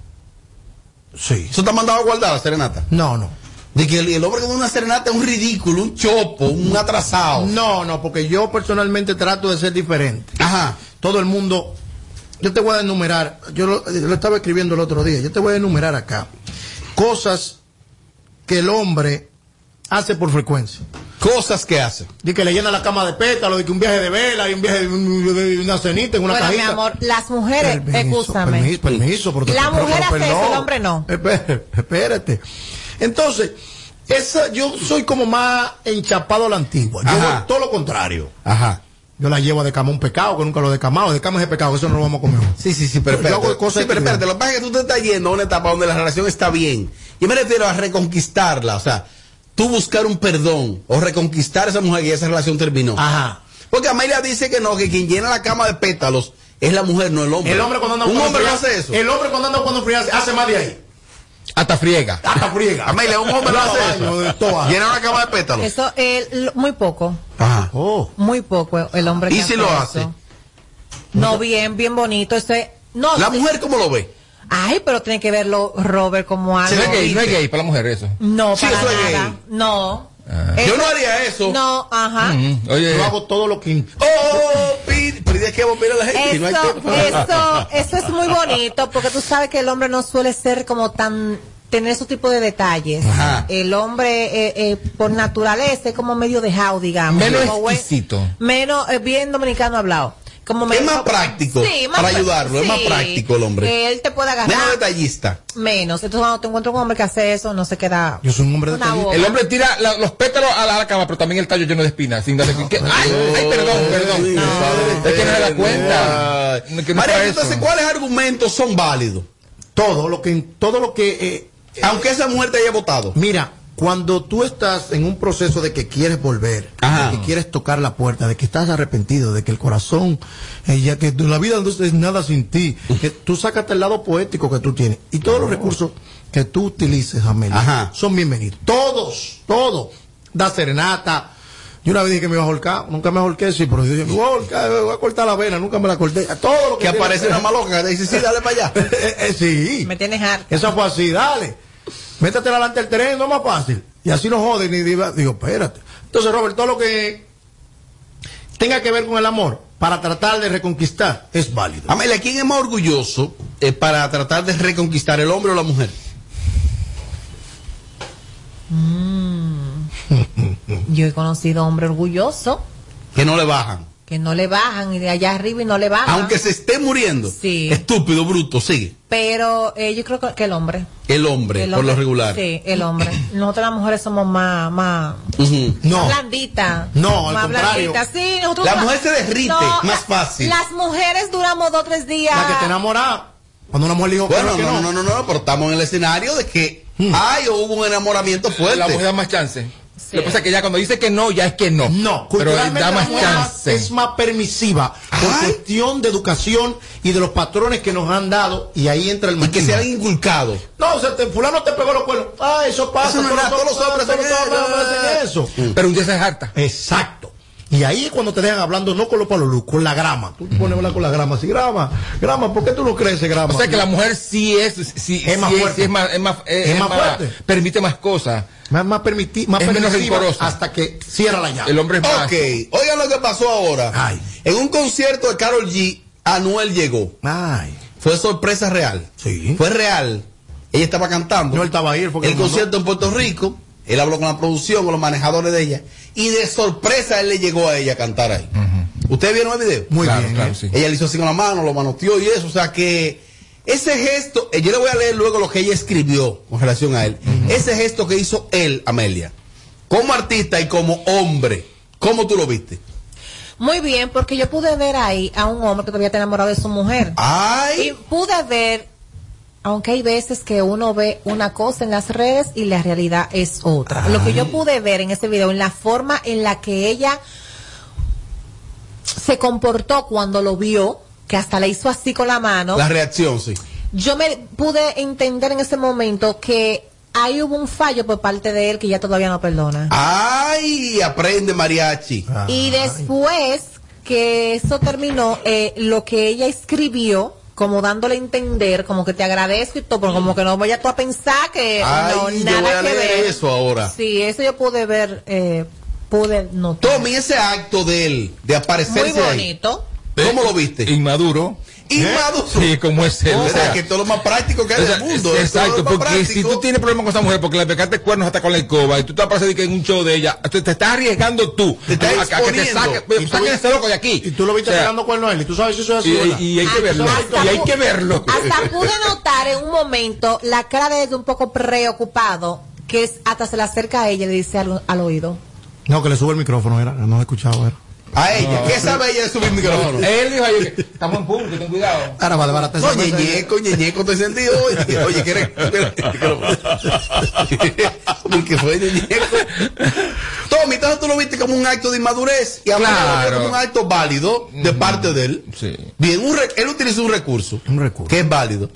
Sí.
¿Eso está mandado a guardar, la Serenata?
No, no.
De que el, el hombre que da una serenata es un ridículo, un chopo, un atrasado.
No, no, porque yo personalmente trato de ser diferente.
Ajá.
Todo el mundo. Yo te voy a enumerar. Yo lo, eh, lo estaba escribiendo el otro día. Yo te voy a enumerar acá. Cosas que el hombre hace por frecuencia.
Cosas que hace.
De que le llena la cama de pétalo, de que un viaje de vela y un viaje de, de una cenita en una
bueno, mi
cajita.
amor, las mujeres, escúchame.
Permiso, permiso, pero te-
La
pero-
mujer
pero-
hace
pero
eso, el hombre no.
Espérate, espérate. Entonces, esa, yo soy como más enchapado a la antigua. Yo
Ajá.
hago todo lo contrario.
Ajá.
Yo la llevo de cama un pecado, que nunca lo he decamado. De cama es pecado, eso no lo vamos a comer.
Sí, sí, sí, pero
Yo hago
espérate.
cosas
Sí, pero
que-
espérate, lo que pasa es que tú te estás yendo a una etapa donde la relación está bien. Yo me refiero a reconquistarla, o sea, tú buscar un perdón o reconquistar a esa mujer y esa relación terminó.
Ajá.
Porque Amelia dice que no, que quien llena la cama de pétalos es la mujer, no el hombre.
El hombre cuando anda
Un
cuando
hombre no
friega-
hace eso.
El hombre cuando anda cuando friega hace más de ahí.
Hasta friega.
Hasta friega.
Amelia, un hombre no
Lava
hace
baño, de
eso.
toa.
Llena una cama de pétalos.
Eso, eh, l- muy poco,
Ajá.
Oh.
muy poco el hombre que
¿Y si lo hace?
eso. No, bien, bien bonito. Ese, no,
¿La mujer cómo lo ve?
Ay, pero tiene que verlo Robert como algo.
eh. no es gay, no es gay para la mujer eso.
No,
Sí,
para
eso es
nada.
gay.
No.
Yo no haría eso.
No, ajá.
Mm, Oye,
Yo hago todo lo que.
Oh, oh, oh, pi- pero es que opina la gente.
Eso,
no hay tiempo.
eso, eso es muy bonito porque tú sabes que el hombre no suele ser como tan tener ese tipo de detalles.
Ajá.
El hombre eh, eh, por naturaleza es como medio dejado, digamos.
menos
Como buen-
exquisito.
menos eh, bien dominicano hablado. Como
Es
medio-
más práctico para
prá-
ayudarlo, es más práctico el hombre.
Él te puede agarrar
Menos detallista.
menos. Entonces cuando te encuentras un hombre que hace eso, no se queda.
Yo soy un hombre de
Una boba.
El hombre tira la- los pétalos a la, a la cama, pero también el tallo lleno de espinas, sin darse que- ¡Ay! ¡Ay, perdón, perdón! es que no se da cuenta. Que no
María,
para
entonces,
eso.
¿cuáles argumentos son válidos?
Todo lo que. Todo lo que eh,
Aunque esa mujer te haya votado.
Mira, cuando tú estás en un proceso de que quieres volver,
Ajá.
de que quieres tocar la puerta, de que estás arrepentido, de que el corazón, eh, ya que la vida no es nada sin ti, que tú sacas el lado poético que tú tienes y todos los recursos que tú utilices, Amelia,
Ajá.
son bienvenidos. Todos, todos. Da serenata. Yo una vez dije que me iba a ahorcar, nunca me ahorqué, sí, pero yo dije, me voy a ahorcar, me voy a cortar la vena, nunca me la corté. Todo lo que
Que aparece
tiene-
una maloca que te dice, sí, dale para allá.
Eh, eh, sí.
Me tienes harta.
Esa fue así, dale. Métatela delante del terreno, no es más fácil. Y así no joden. ni diva- digo, espérate. Entonces, Robert, todo lo que tenga que ver con el amor para tratar de reconquistar es válido.
Amelia, ¿quién es más orgulloso eh, para tratar de reconquistar el hombre o la mujer?
Yo he conocido hombre orgulloso
Que no le bajan.
que no le bajan y de allá arriba y no le bajan.
Aunque se esté muriendo.
Sí.
Estúpido, bruto, sigue.
Pero eh, yo creo que- que el hombre.
El hombre,
El
por
hombre.
lo regular.
Sí, el hombre. Nosotras las mujeres somos más, más
Ujú.
No.
blanditas.
No, al
más
contrario.
blanditas. Sí, nosotros
La
más-
mujer se derrite, más fácil.
Las mujeres duramos dos o tres días.
La que te enamora, cuando una mujer le dijo
Bueno,
claro que Mm.
no, no, no, no, no, pero estamos en el escenario de que hay o hubo un enamoramiento fuerte.
La mujer da más chance. Lo que pasa es que ya cuando dice que no, ya es que no.
No,
pero
culturalmente
da
la
más
mujer
chance.
es más permisiva por
Ay.
cuestión de educación y de los patrones que nos han dado y ahí entra el
Y que
machismo.
se han inculcado.
No, o sea, te- fulano te pegó los cuernos. Ah, eso pasa.
Eso no es nada,
todos-
todos los hombres
todos los
hacen
hombres
eso.
hacen eso.
Pero un día se es harta.
Exacto. Y ahí es cuando te dejan hablando no con los palolú, con la grama. Tú te pones a hablar con la grama. así, grama, grama, ¿por qué tú no creces, grama?
O sea que la mujer sí es, sí,
Es más
sí
fuerte.
sí es más, es más, es-
Es
es
más
más-
fuerte.
permite más cosas.
más, más permiti- más
es menos
permisiva
rencorosa.
hasta que cierra la llave.
El hombre es más.
Ok, oigan lo que pasó ahora.
Ay.
En un concierto de Carol G, Anuel llegó.
Ay.
Fue sorpresa real.
Sí.
Fue real. Ella estaba cantando.
No, él estaba ahí, él fue que
El
lo mandó.
concierto en Puerto Rico. Él habló con la producción, con los manejadores de ella. Y de sorpresa él le llegó a ella a cantar ahí. ¿Ustedes vieron el video?
Muy
Claro,
bien.
claro,
¿eh?
sí.
Ella le hizo así con la mano, lo manoteó y eso. O sea que Ese gesto, eh, yo le voy a leer luego lo que ella escribió con relación a él. Ese gesto que hizo él, Amelia, como artista y como hombre, ¿cómo tú lo viste?
Muy bien, porque yo pude ver ahí a un hombre que todavía está enamorado de su mujer.
Ay.
Y pude ver, aunque hay veces que uno ve una cosa en las redes y la realidad es otra. Lo que yo pude ver en ese video, en la forma en la que ella se comportó cuando lo vio, que hasta le hizo así con la mano.
La reacción, sí.
Yo me pude entender en ese momento que ahí hubo un fallo por parte de él que ya todavía no perdona.
Ah, Ay, aprende mariachi.
Ah.
Y después que eso terminó, eh, lo que ella escribió, como dándole a entender, como que te agradezco y todo, pero como que no vaya tú a pensar que
Ay,
no,
yo
nada
voy a
que
leer
ver.
eso ahora.
Sí, eso yo pude ver, eh, pude notar.
Tommy, ese acto de él, de
Muy
aparecerse ahí,
bonito.
¿cómo lo viste?
Eh, Inmaduro.
¿Eh?
Inmaduro.
Sí, como es él.
O
o
sea,
sea,
que todo lo más práctico que hay
o sea,
del mundo.
es-
es todo lo
exacto,
más
porque si
práctico.
tú tienes problemas con esa mujer porque le pegaste cuernos hasta con la escoba y tú te vas a decir que en un show de ella, te, te estás arriesgando tú
estás
a, a que te
exponiendo.
saque,
Y tú-
saquen ese loco de aquí.
Y tú lo viste
O sea,
pegando cuerno a él. Y tú sabes si eso es así.
y-
¿verdad?
y hay que verlo.
Hasta
Y hay
pu-
que verlo.
Eh,
Hasta pude notar en un momento la cara de él un poco preocupado, que es, hasta se le acerca a ella y le dice al, al oído.
No, que le sube el micrófono, era. No lo he escuchado, era.
A ella, ¿qué sabe ella de subir micrófono?
Él dijo ayer que estamos en público, ten cuidado.
Ahora vale, barata
No, ñeñeco, ñeñeco, estoy sentido. Oye, oye, ¿quieres? Porque fue ñeñeco. Tommy, entonces tú lo viste como un acto de inmadurez y a Amelia lo vio
Claro.
como un acto válido de parte de él.
Sí.
Bien, un re- él utilizó un recurso, que es válido.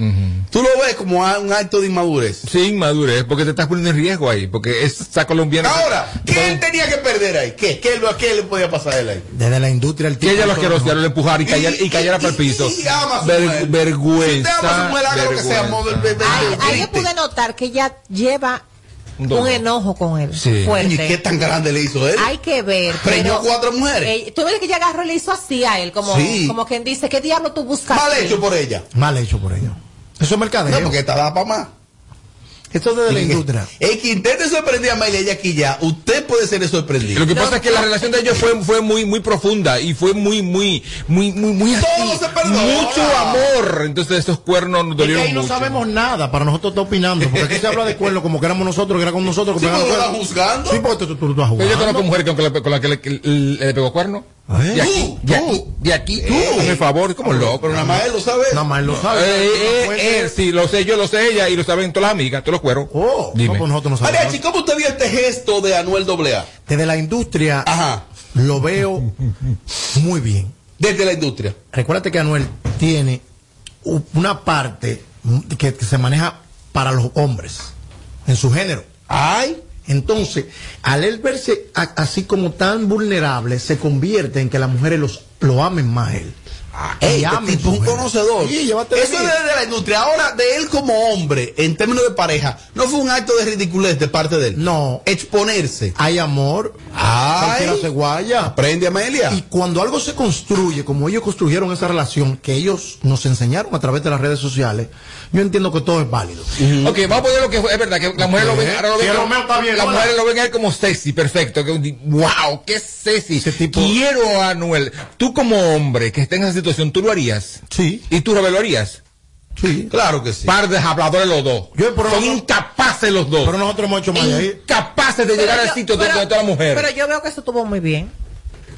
Tú lo ves como a- un acto de inmadurez.
Sí, inmadurez, porque te estás poniendo en riesgo ahí, porque es- esa colombiana.
Ahora, ¿qué él tenía que perder ahí? ¿Qué? ¿Qué, le- qué le podía pasar a él ahí?
Desde la industria el
Que ella lo
todo
asqueroseara,
mejor.
lo empujara y cayera, y cayera para el piso.
y ama a su
Ver-
mujer.
vergüenza.
Si usted ama a su mujer, haga lo que sea, mo-
vergüenza.
ve- ve-
Ahí, ahí yo pude notar que ella lleva
Un
un,
dolor.
enojo con él.
Sí.
Fuerte.
¿Y qué tan grande le hizo él?
Hay que ver.
Preñó cuatro mujeres.
Eh, tú ves que ella agarró y le hizo así a él, como,
Sí.
como quien dice, ¿qué diablo tú buscas?
Mal
aquí?"
hecho por ella.
Mal hecho por ello. Eso es mercadeo.
No, porque está dada para más.
Esto Eh, es desde la industria.
El que intente sorprender a Amelia y aquí ya, usted puede ser el sorprendido.
Lo que pasa es que la relación de ellos fue, fue muy, muy profunda y fue muy, muy, muy, muy, muy así.
Todo se perdona.
Mucho amor. Entonces estos cuernos nos
Es que
dolieron
ahí no
mucho.
sabemos nada, para nosotros está opinando, porque aquí se habla de cuernos como que éramos nosotros, que era con nosotros. Que
Sí,
pegamos
porque lo
cuernos.
estás juzgando.
Sí, porque tú, tú, tú estás
Pero Yo conozco
jugando.
mujeres con, la que- con la que le, que le- le pegó cuerno.
¿Eh?
De aquí, de aquí, de aquí. Hazme favor, como loco.
Pero nada más él lo sabe.
Nada más él lo sabe.
Eh, eh, él, sí, lo sé yo, lo sé ella y lo saben todas las amigas, todos los cueros.
Oh,
Dime.
no, pues nosotros no sabemos.
Mariachi, ¿cómo usted vio este gesto de Anuel AA?
Desde la industria
Ajá.
lo veo muy bien.
Desde la industria.
Recuérdate que Anuel tiene u- una parte que, que se maneja para los hombres, en su género.
Ay.
Entonces, al él verse a- así como tan vulnerable, se convierte en que las mujeres los, lo amen más a él.
Ey,
Y
este
amen
tipo
su
es un
género.
conocedor.
Sí,
Eso
llévatelo
es
bien.
desde la industria. Ahora, de él como hombre, en términos de pareja, no fue un acto de ridiculez de parte de él.
No,
Exponerse.
hay amor.
Ay.
Cualquiera se guaya.
Aprende, Amelia.
Y cuando algo se construye, como ellos construyeron esa relación que ellos nos enseñaron a través de las redes sociales, yo entiendo que todo es válido.
Ok, vamos a poner lo que fue- es verdad, que la mujer lo ven, ahora lo ven,
Sí, Romeo está bien,
la
hola.
mujer lo ven a él como sexy, perfecto, que un di- wow, qué sexy, quiero a Anuel, tú como hombre que está en esa situación, ¿tú lo harías?
Sí.
¿Y tú Robert, lo harías?
Sí.
Claro que sí.
Par de habladores los dos,
Yo, pero
son
no-
incapaces los dos,
Pero nosotros hemos hecho más de ahí.
incapaces de llegar
Pero
al
yo-
sitio
pero-
donde está la mujer,
Pero yo veo que eso estuvo muy bien.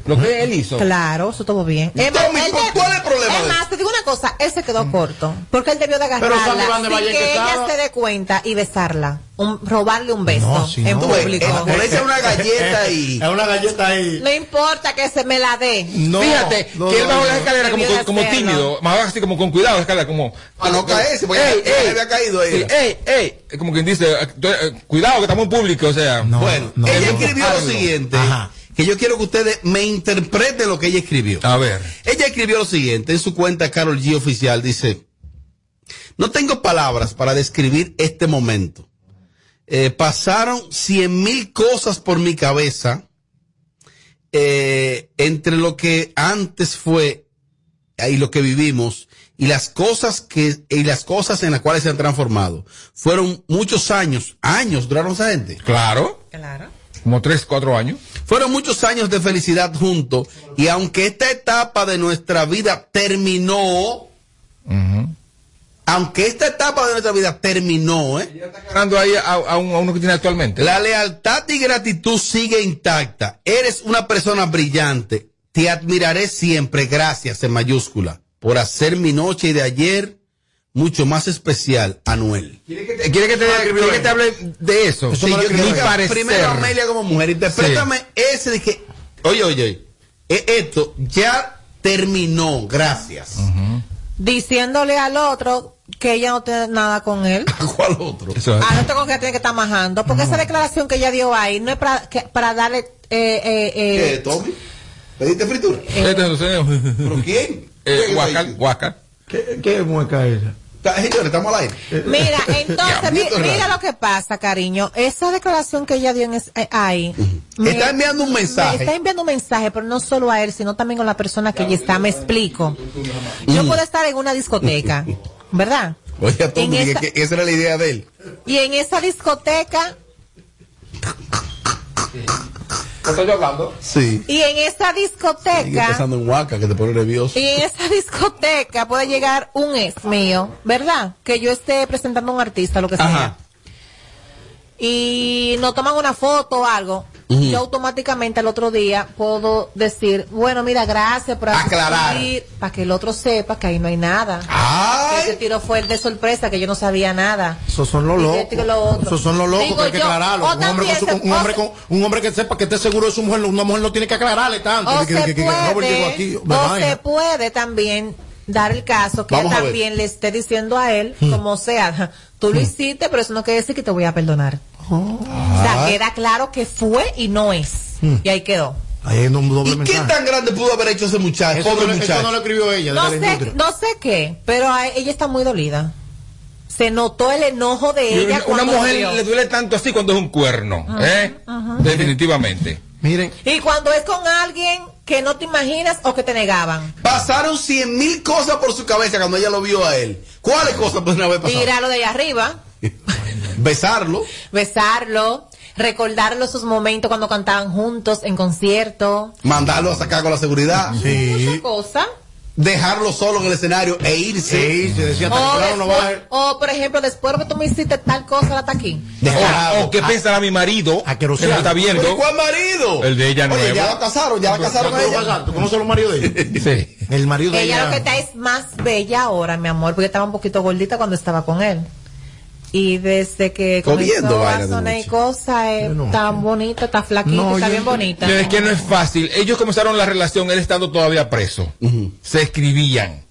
lo que él hizo.
Claro, eso estuvo bien.
Tommy,
Es más, él
¿cuál-
deb-
cuál es el problema
es
de Mm.
más, te digo una cosa, él se quedó corto. Porque él debió de
Sandy Van de
agarrarla
Valle
sin
que
que ella
estaba-
se dé cuenta y besarla. Un- robarle un beso
No, sí,
en
no.
Tú ves,
público.
eh, ponerse una galleta y...
Es una galleta ahí.
No importa que se me la dé.
No,
Fíjate,
no,
que él
no,
bajó
no.
las escaleras como,
Debió de
como
hacerlo.
tímido, bajó así como con cuidado la escalera, como...
Para no caerse, porque
Ey,
ya- ya
ey.
le había caído ahí.
Sí, ey, ey. Es Como quien dice, eh, tú, eh, cuidado que estamos en público, o sea...
No,
Bueno,
no,
ella
no.
escribió lo
Hazlo.
siguiente,
Ajá.
que yo quiero que ustedes me interpreten lo que ella escribió.
A ver.
Ella escribió lo siguiente en su cuenta Carol G oficial dice, no tengo palabras para describir este momento. Eh, pasaron cien mil cosas por mi cabeza eh, entre lo que antes fue eh, y lo que vivimos y las cosas que y las cosas en las cuales se han transformado. Fueron muchos años, años duraron esa gente.
Claro,
Claro.
como tres, cuatro años.
Fueron muchos años de felicidad juntos y aunque esta etapa de nuestra vida terminó, aunque esta etapa de nuestra vida terminó, ¿eh?
Ganando ahí a, a un- a uno que tiene actualmente.
La lealtad y gratitud sigue intacta. Eres una persona brillante. Te admiraré siempre, gracias en mayúscula, por hacer mi noche de ayer mucho más especial, Anuel.
Eh, ¿Quiere que te, quiere que te hable de eso?
Sí, yo quiero que- Primero Amelia como mujer, interprétame ese de que, oye, oye, oye, e- esto ya terminó, gracias.
Diciéndole al otro que ella no tiene nada con él.
¿Cuál otro? Ah,
Al otro con Ah, que tiene que estar majando. Porque esa declaración que ella dio ahí no es para, que- para darle. Eh, eh, eh,
¿Qué, Tommy? ¿Pediste fritura?
Eh,
¿Pero quién?
Eh, Huacal, Huacal.
¿Qué, qué mueca es esa? Eh,
Señores, estamos al aire.
Mira, entonces, mi-
Diablito
mira
raro.
lo que pasa, cariño. Esa declaración que ella dio en es- eh, ahí. me-
Está enviando un
me
mensaje.
Está enviando un mensaje, pero no solo a él, sino también con la persona que ella está. Me explico. Yo puedo estar en una discoteca, ¿verdad?
Oye, a Tommy,
En esa-
que- que esa era la idea de él.
Y en esa discoteca,
estoy hablando?
Sí.
y en esa
Sigue
discoteca,
pensando en Huaca, que te pone nervioso.
y en esa discoteca puede llegar un ex mío, ¿verdad? Que yo esté presentando a un artista, lo que sea.
Ajá.
y nos toman una foto o algo,
Ujú.
yo automáticamente al otro día puedo decir, bueno, mira, gracias por
Aclarar.
para que el otro sepa que ahí no hay nada. Que ese tiro fue el de sorpresa, que yo no sabía nada.
Esos son los
Y
locos.
este que lo otro.
Esos son los locos
Digo
que hay que
yo,
aclararlo.
o
Un hombre, con
también
su-
se-
un, hombre
o-
con- un hombre que sepa que esté seguro de su mujer, una mujer no tiene que aclararle tanto.
O
Que- que-
se
que- que Robert llegó aquí,
puede,
me
o
vaina.
se puede también dar el caso que
Vamos a ver.
también le esté diciendo a él,
Hmm.
como sea, tú lo hiciste, pero eso no quiere decir que te voy a perdonar. O sea, queda claro que fue y no es.
Ah. Hmm.
Y ahí quedó.
Ahí hay un doble
¿Y qué
mensaje.
tan grande pudo haber hecho ese muchacho?
Eso
pobre
no- eso
muchacho.
no lo escribió ella,
no sé, no sé qué, pero a- ella está muy dolida. Se notó el enojo de
Y
ella. cuando
una- Una
Ah.
mujer
vio.
le duele tanto así cuando es un cuerno, ¿eh?
Ajá.
Definitivamente.
Miren.
Y cuando es con alguien que no te imaginas o que te negaban.
Pasaron cien mil cosas por su cabeza cuando ella lo vio a él. ¿Cuáles cosas pueden haber pasado?
Tirarlo de allá arriba,
Besarlo.
besarlo, recordarlo sus momentos cuando cantaban juntos en concierto.
Mandarlo a sacar con la seguridad.
Mucha cosa.
Dejarlo solo en el escenario e irse. E irse, decía,
O, después- o, por ejemplo, después que tú me hiciste tal cosa, la está aquí.
O, o qué pensará mi marido que lo está viendo.
¿Cuál marido?
El de ella
Oye, ya
nueva.
la casaron, ya la
Pues,
casaron a ella.
¿Tú conoces los maridos de ella?
Sí.
El marido de
Ella
ella.
lo que está es más bella ahora, mi amor, porque estaba un poquito gordita cuando estaba con él. Y desde que
Comiendo
comenzó
vaina
a
de
sonar y cosas, es tan bonita, está flaquita,
No,
está
yo-
bien bonita.
Es que no es fácil. Ellos comenzaron la relación, él estando todavía preso. Se escribían.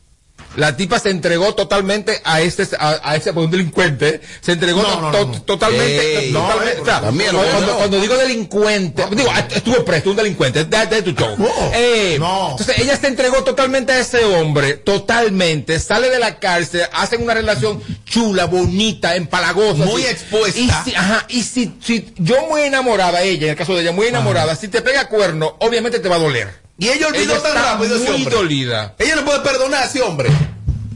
La tipa se entregó totalmente a este, a, a ese pues, un delincuente. Se entregó
No,
to-
no, no, no.
to- totalmente.
Ey,
to-
no,
totalmente-
eh,
o sea,
también,
cuando,
no, no.
cuando digo delincuente, digo, ah, estuvo preso, un delincuente, déjate de tu show. Eh, Entonces ella se entregó totalmente a ese hombre, totalmente, sale de la cárcel, hacen una relación chula, bonita, empalagosa.
Muy
así.
expuesta.
Y si- ajá, y si, si yo muy enamorada, ella, en el caso de ella, muy enamorada, si te pega cuerno, obviamente te va a doler.
Y ella olvidó tan
está
rápido a ese
muy
hombre.
dolida.
Ella no puede perdonar a ese hombre.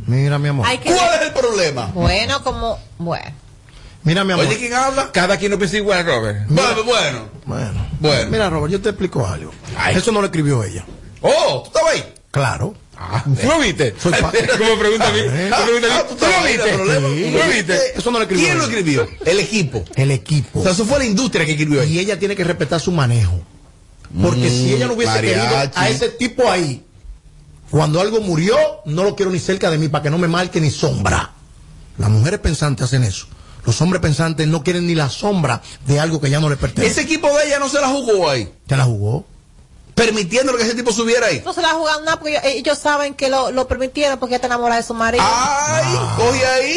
Mira, mi amor.
Hay que-
¿Cuál es el problema?
Bueno, como, bueno.
Mira, mi amor.
Oye, ¿quién habla?
Cada quien lo piensa igual, Robert.
Bueno, bueno.
Bueno.
Bueno.
Mira, Robert, yo te explico algo. Eso no lo escribió ella.
Oh, ¿tú estabas ahí?
Claro.
¿Tú lo viste?
Soy pa-
Como pregunta a mí.
Ah,
pregunta a mí,
ah,
¿Tú lo viste?
Sí.
¿Tú lo viste?
Eso no lo escribió.
¿Quién lo
escribió? El equipo.
El equipo. O
sea, eso fue la industria que escribió.
Y ella tiene que respetar su manejo. Porque
Mm,
si ella no hubiese querido
mariachi.
a ese tipo ahí, cuando algo murió, no lo quiero ni cerca de mí para que no me marque ni sombra. Las mujeres pensantes hacen eso. Los hombres pensantes no quieren ni la sombra de algo que ya no les pertenece.
Ese equipo de ella no se la jugó ahí.
¿Te la jugó?
Permitiendo que ese tipo subiera ahí.
No se la jugaron nada porque ellos, ellos saben que lo, lo permitieron porque ella está enamorada de su marido.
Ay, coge ahí.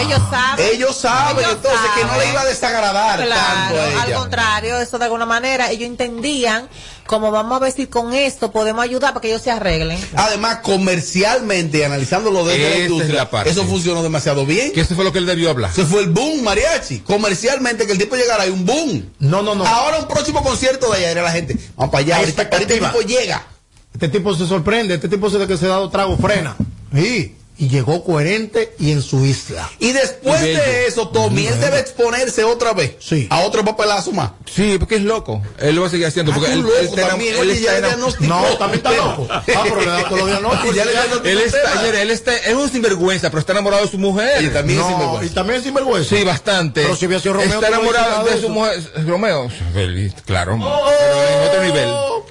ellos saben.
Ah. Ellos saben
Ellos
entonces que no le
saben.
iba a desagradar tanto a
Al
ella.
contrario, eso de alguna manera, ellos entendían como vamos a ver si con esto podemos ayudar para que ellos se arreglen.
Además, comercialmente, analizándolo desde
Esa
la
es
industria,
la parte.
eso funcionó demasiado bien.
Que eso fue lo que él debió hablar.
Se fue el boom, mariachi. Comercialmente, que el tipo llegara, hay un boom.
No, no, no.
Ahora un próximo concierto de ayer a la gente. Vamos para allá,
Hay
ahorita, ahorita el
expectativa.
tipo llega.
Este tipo se sorprende, este tipo se de que se ha dado trago frena. Sí. y llegó coherente y en su isla.
Y después
Bello.
de eso, Tommy,
Bello.
él debe exponerse otra vez a otro papelazo más.
Sí, porque es loco. Él lo va a seguir haciendo.
Ah,
Porque
tú
él,
loco
él está
también,
enam-
oye,
él
ya
está
le
enam-
diagnosticó.
No, también está loco. Ah, pero le da todos los diagnósticos.
Ya le diagnosticó Él está,
tema.
mira, él está- él es un sinvergüenza, pero está enamorado de su mujer.
Y también es No, sinvergüenza. y también es sinvergüenza.
Sí, bastante.
Pero si hubiera sido Romeo,
está
tú no hubieras
enamorado de
llegado
su
a
mujer. Romeo. Feliz, Claro,
pero
en otro nivel.
Oh.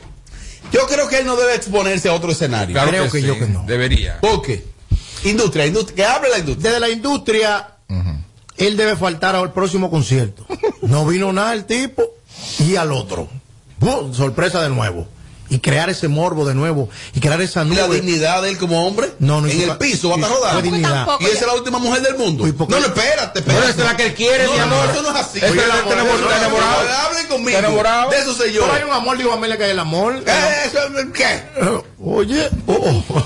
Yo creo que él no debe exponerse a otro escenario.
Claro Creo que que sí, yo que no. Debería.
¿Por qué? Industria, industria, que hable la industria.
Desde la industria, él debe faltar al próximo concierto. No vino nada el tipo y al otro. ¡Bum! Sorpresa de nuevo. Y crear ese morbo de nuevo. Y crear esa nube.
La dignidad de él como hombre.
No, no,
en
y-
el piso, va a estar
y-
rodando.
y- dignidad.
Y esa es la última mujer del mundo. No, no, espérate, espérate. Pero
esa es la que él quiere, mi amor.
eso no es así.
Esa es la que está enamorado.
No, no, no,
enamorado.
no, no, Hablen conmigo.
Está enamorado.
De eso sé yo.
Pero hay un amor, digo Amelia, que hay el amor.
¿Qué?
Oye, oh, oh, oh,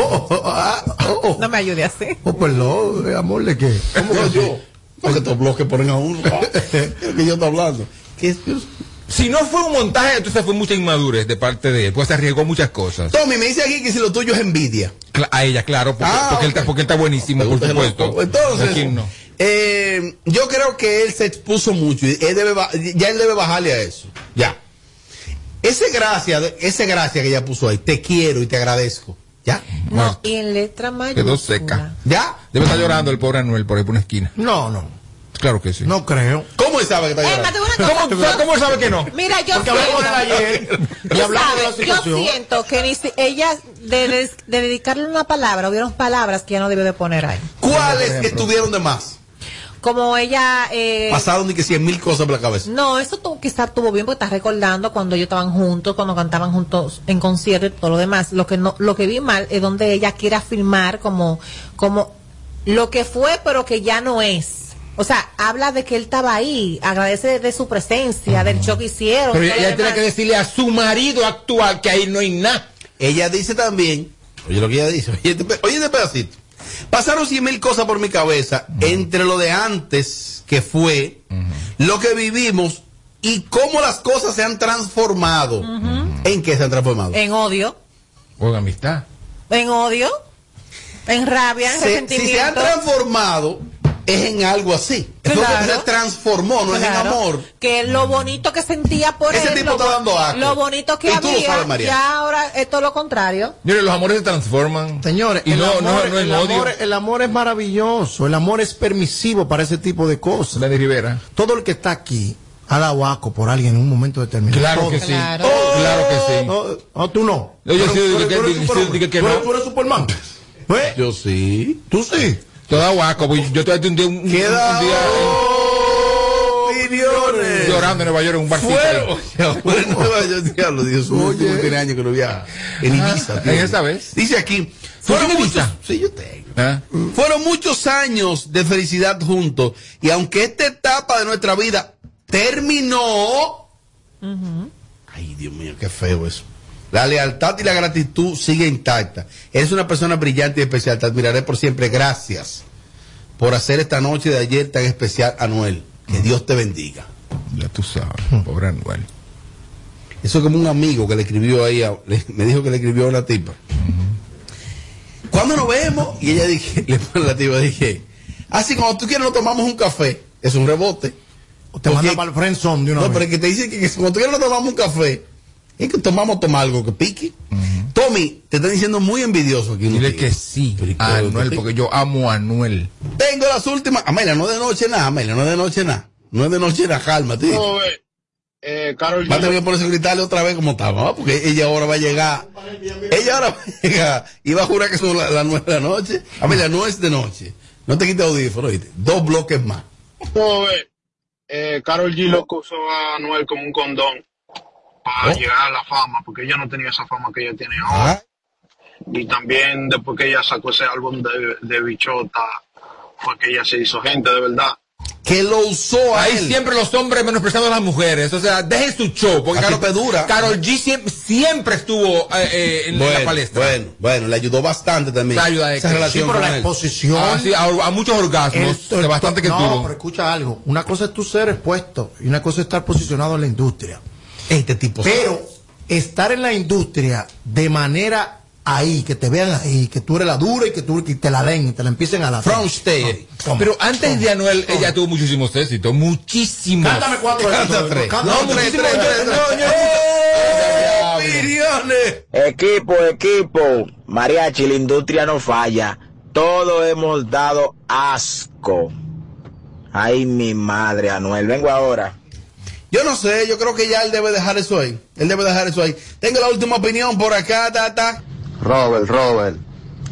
oh, oh, ah, oh, oh.
No me ayude así.
Oh, perdón, eh, amor de qué. eh, ¿Cómo que yo?
Porque estos bloques ponen a uno. Creo que yo estoy hablando. ¿Qué es eso?
Si no fue un montaje, entonces fue mucha inmadurez de parte de él, pues se arriesgó muchas cosas.
Tommy, me dice aquí que si lo tuyo es envidia.
Cla- a ella, claro, porque,
Ah,
porque él, está, porque él está buenísimo, por supuesto.
Entonces,
¿A quién no?
eh, yo creo que él se expuso mucho. y él debe ba- ya él debe bajarle a eso. Ya. Ese gracia, de- ese gracia que ella puso ahí, te quiero y te agradezco. Ya.
No, y en letra
Quedó
mayúscula.
seca.
¿Ya?
Debe estar llorando el pobre Anuel por ahí por una esquina.
No, no.
Claro que sí.
No creo.
¿Cómo él sabe que está
Emma, te voy a una cosa.
¿Cómo, ¿Cómo él sabe que no?
Mira, yo
Porque hablamos de
siento-
ayer y
Tú
hablamos de la
sabes, yo
situación.
siento que ni si- ella de, des- de dedicarle una palabra hubieron palabras que ella no debió de poner ahí
¿Cuáles estuvieron de más?
como ella eh,
Pasaron de que cien mil cosas por la cabeza.
no eso tú quizás estuvo bien porque estás recordando cuando ellos estaban juntos cuando cantaban juntos en concierto y todo lo demás lo que no lo que vi mal es donde ella quiere afirmar como como lo que fue pero que ya no es o sea, habla de que él estaba ahí, agradece de su presencia, del show que hicieron.
Pero
todo lo
ella tiene
demás.
que decirle a su marido actual que ahí no hay nada.
Ella dice también, oye lo que ella dice, oye este, pe- oye este pedacito. Pasaron cien mil cosas por mi cabeza entre lo de antes, que fue, lo que vivimos y cómo las cosas se han transformado. ¿En qué se han transformado?
En odio,
O de amistad.
en odio, en rabia, en
Se- si
resentimiento.
se han transformado, es en algo así. Es lo
Claro.
que se transformó, no es en
Claro,
amor.
Que lo bonito que sentía por
Ese
él.
tipo
lo,
está dando asco.
lo bonito que
Y tú lo
había.
sabes, María.
ya ahora es todo lo contrario.
Mire, los amores se transforman.
Señores,
y
el,
no, no,
amor,
no en
el,
odio.
amor, el amor es maravilloso, el amor es permisivo para ese tipo de cosas.
Dani Rivera.
Todo el que está aquí ha dado asco por alguien en un momento determinado.
Claro
Todo. Oh,
que sí. Claro que sí.
No, no, tú no.
No, yo
Tú
sí
eres-
digo
tú
que-
eres
sí,
Superman.
digo que
Tú eres-
no.
tú eres Superman. ¿Eh?
Yo sí.
Tú sí.
Todo aguaco, pues, yo estoy un día, un, un- un
Queda
día
opiniones.
llorando en Nueva York en un barcito.
Fueron.
ahí.
Bueno, yo diablo, Dios mío, tú no tienes años que no viaja. En
Ah,
Ibiza. tío.
en esa vez.
Dice aquí, fueron muchos, sí, yo tengo.
Ah.
Fueron muchos años de felicidad juntos y aunque esta etapa de nuestra vida terminó, ay Dios mío, qué feo eso. La lealtad y la gratitud sigue intacta. Eres una persona brillante y especial. Te admiraré por siempre. Gracias por hacer esta noche de ayer tan especial, Anuel. Que Dios te bendiga.
Ya tú sabes, pobre Anuel.
Eso es como un amigo que le escribió ahí, a- le- me dijo que le escribió a una tipa. ¿Cuándo nos vemos? Y ella dije, le pone la tipa, dije, así cuando tú quieres nos tomamos un café. Es un rebote.
Te manda para el friendzone de una
No,
vez.
pero es que te dice que, que cuando tú quieres nos tomamos un café, es que tomamos toma algo que pique. Tommy, te están diciendo muy envidioso aquí. unos
Dile
tigres.
que sí ah,
Pero, ¿y qué
a
es lo que
Anuel,
pique?
porque yo amo a Anuel.
Tengo las últimas. Amelia, no de noche nada, Amelia, no de noche nada. No es de noche nada, cálmate.
Joder, eh, Carol
Va a tener que ponerse a gritarle otra vez como estaba, ¿no? porque ella ahora va a llegar. Ella ahora va a llegar y va a jurar que son las la nueve de la noche. A ver, las nueve de noche. No te quites audífono, ¿oíste? Dos bloques más.
Joder, eh, Carol G lo usó a Anuel como un condón
¿Eh?
para llegar a la fama, porque ella no tenía esa fama que ella tiene ahora.
Ah.
Y también después que ella sacó ese álbum de, de Bichota, fue que ella se hizo gente de verdad.
Que lo usó
Ahí siempre los hombres menosprezando a las mujeres. O sea, dejen su show. Porque
Así te dura.
Carol G siempre, siempre estuvo eh, eh, en la palestra.
bueno, bueno, le ayudó bastante también.
Esa ayuda de
esa relación
sí, pero
con
la
él.
exposición.
Ah, sí, a, a muchos orgasmos.
El-
de bastante que
no,
tuvo.
pero escucha algo. Una cosa es tú ser expuesto y una cosa es estar posicionado en la industria.
Este tipo.
Pero estar en la industria de manera ahí, que te vean ahí, que tú eres la dura y que tú que te la den y te la empiecen a dar.
Frontstage. Pero antes de Anuel, ella tuvo muchísimos éxitos. Muchísimos.
Cántame cuatro
Canta
éxitos,
tres.
cántame
No,
tres,
muchísimos.
tres, tres,
no,
tres.
yo-
Equipo, equipo. Mariachi, la industria no falla. Todos hemos dado asco. Ay, mi madre, Anuel. Vengo ahora.
Yo no sé, yo creo que ya él debe dejar eso ahí. Él debe dejar eso ahí. Tengo la última opinión por acá, ta, ta.
Robert, Robert,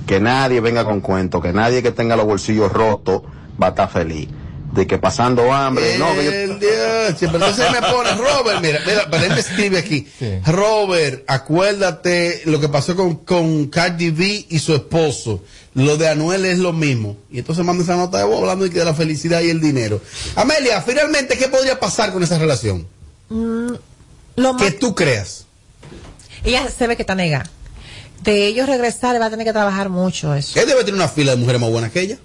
que nadie venga con cuento, que nadie que tenga los bolsillos rotos va a estar feliz. De que pasando
Eh,
hambre, no, que yo-
El Dios, pero entonces me pone Robert, mira, mira, pero él me escribe aquí. Robert, acuérdate lo que pasó con, con Cardi B y su esposo. Lo de Anuel es lo mismo. Y entonces manda esa nota de vos hablando de que de la felicidad y el dinero. Amelia, finalmente, ¿qué podría pasar con esa relación?
Mm, lo más-
Que tú creas.
ella se ve que está nega. De ellos regresar, va a tener que trabajar mucho eso.
Él debe tener una fila de mujeres más buenas que ella.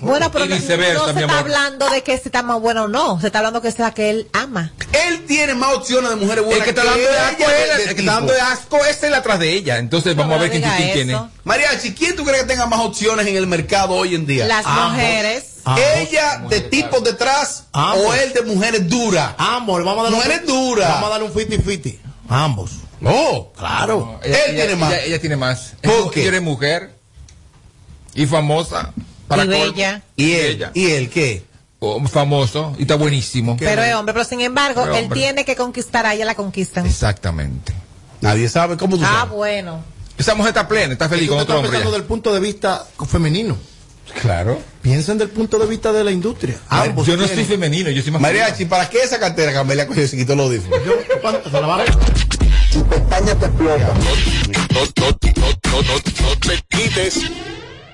Bueno, pero
Y
no se
viceversa, mi
está
amor.
hablando de que si está más bueno o no. Se está hablando que sea que él ama.
Él tiene más opciones de mujeres buenas
El que está dando de
ella,
asco es
de-
el-
de
el que
tipo.
está dando de asco es el atrás de ella. Entonces vamos a ver quién
diga
quién tiene.
eso.
Mariachi, ¿quién tú crees que tenga más opciones en el mercado hoy en día?
Las Ambos. mujeres.
Ambos.
Ella de tipos detrás
Ambos.
o él de mujeres duras.
Ambos, le vamos a dar
mujeres
un,
duras.
Vamos a darle un 50-50. Ambos.
No,
claro.
Ella-
Él
ella-
tiene más.
Ella, ella tiene más. ¿Por qué? Ella es mujer y famosa.
Y
colmo. Oh,
bella.
¿Y él? ¿Y él qué?
famoso y está buenísimo.
Pero es hombre. Pero sin embargo,
Pero
él
hombre.
tiene que conquistar a ella, la conquistan.
Exactamente.
Nadie sabe cómo
Ah, bueno.
Esa mujer está plena, está feliz
Tú
con
te
otro
estás
hombre.
pensando
ya.
del punto de vista femenino.
Claro.
Piensen del punto de vista de la industria. Ambos
Yo no
tienen.
soy femenino, yo soy más
Mariachi, ¿para qué esa cartera que Amelia cogió y se quitó los audífonos?
No, no, no te quites.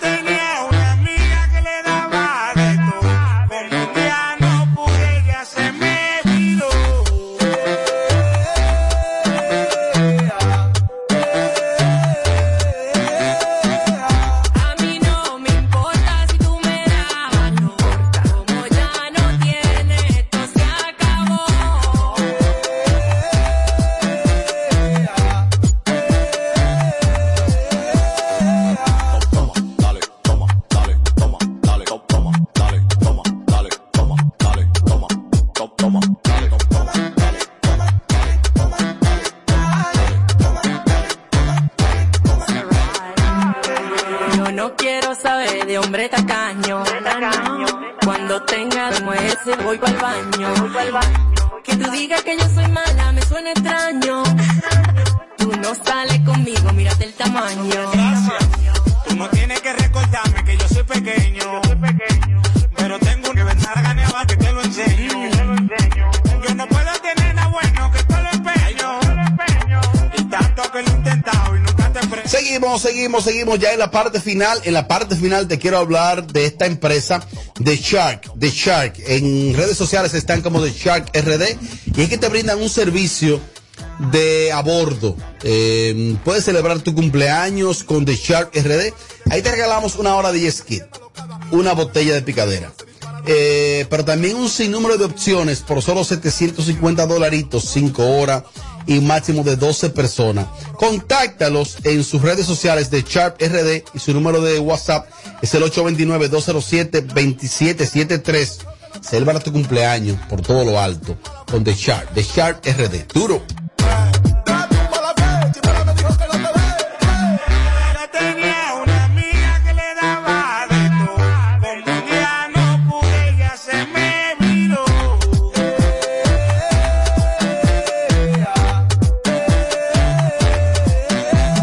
Tenía una amiga que le daba de todo, pero un día no pude, ya se me olvidó. A mí no me importa si tú me dabas, no importa. Como ya no tiene, esto se acabó.
Yo no quiero saber de hombre tacaño. Cuando tenga de mujer se voy para baño. Que tú digas que yo soy mala me suena extraño. Tú no sales conmigo, mírate el tamaño.
Tú no tienes que recordarme que yo soy pequeño. Pero tengo una ventaja ganeada que te lo enseño. Yo no puedo tener nada bueno que te lo empeño. Y tanto que lo he intentado y nunca te pre-
Seguimos, seguimos, seguimos ya en la parte final. En la parte final te quiero hablar de esta empresa, The Shark, The Shark. En redes sociales están como The Shark RD y es que te brindan un servicio de a bordo. Eh, puedes celebrar tu cumpleaños con The Shark RD. Ahí te regalamos una hora de jet ski, una botella de picadera. Eh, pero también un sinnúmero de opciones por solo 750 dolaritos, 5 horas y máximo de 12 personas. Contáctalos en sus redes sociales de Sharp RD y su número de WhatsApp es el 829-207-2773. Celebra tu cumpleaños por todo lo alto con The Sharp, The Sharp RD. Duro.
Tenía una amiga que le daba de todo. Pero un día no pude, ya se me miró.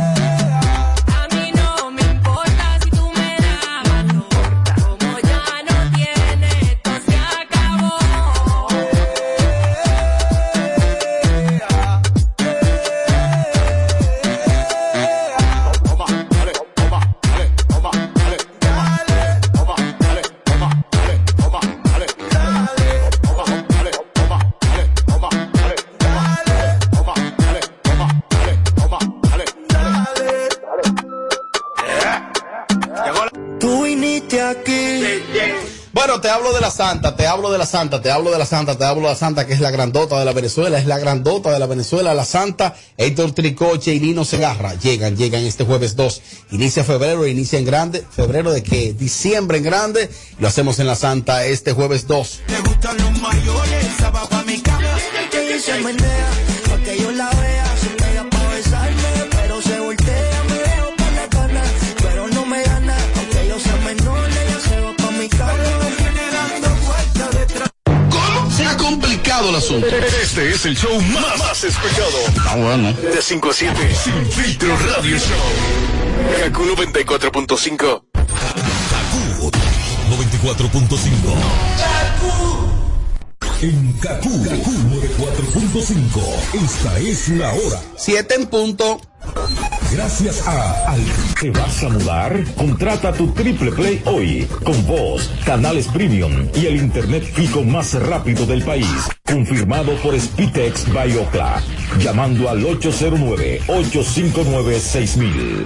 A mí no me importa si tú me dabas, no importa. Como ya no tiene, esto se acabó.
Bueno, te hablo de la Santa, te hablo de la Santa, te hablo de la Santa, te hablo de la Santa, que es la grandota de la Venezuela, es la grandota de la Venezuela, la Santa, Héctor Tricoche y Lino Segarra. Llegan, llegan este jueves 2. Inicia febrero, inicia en grande. ¿Febrero de qué? Diciembre en grande. Lo hacemos en la Santa este jueves 2.
Me gustan los mayores, abajo a mi cama. Ella se menea, pa' que yo la vea. Se pega pa' besarme, pero se voltea. Me dejo pa' la cana, pero no me gana. Aunque yo sea menor, ella se va pa' mi cama.
¿Cómo? Se ha complicado el asunto. Este es el show más, más escuchado.
Ah, bueno.
De 5 a 7. Sin filtro radio show. Kaku 94.5.
94.5. En Kaku, Kaku 94.5. Esta es la hora.
7 en punto.
Gracias a Al.
¿Te vas a mudar? Contrata tu triple play hoy con voz, canales premium y el internet fijo más rápido del país. Confirmado por Spitex Biocla. Llamando al 809-859-6000.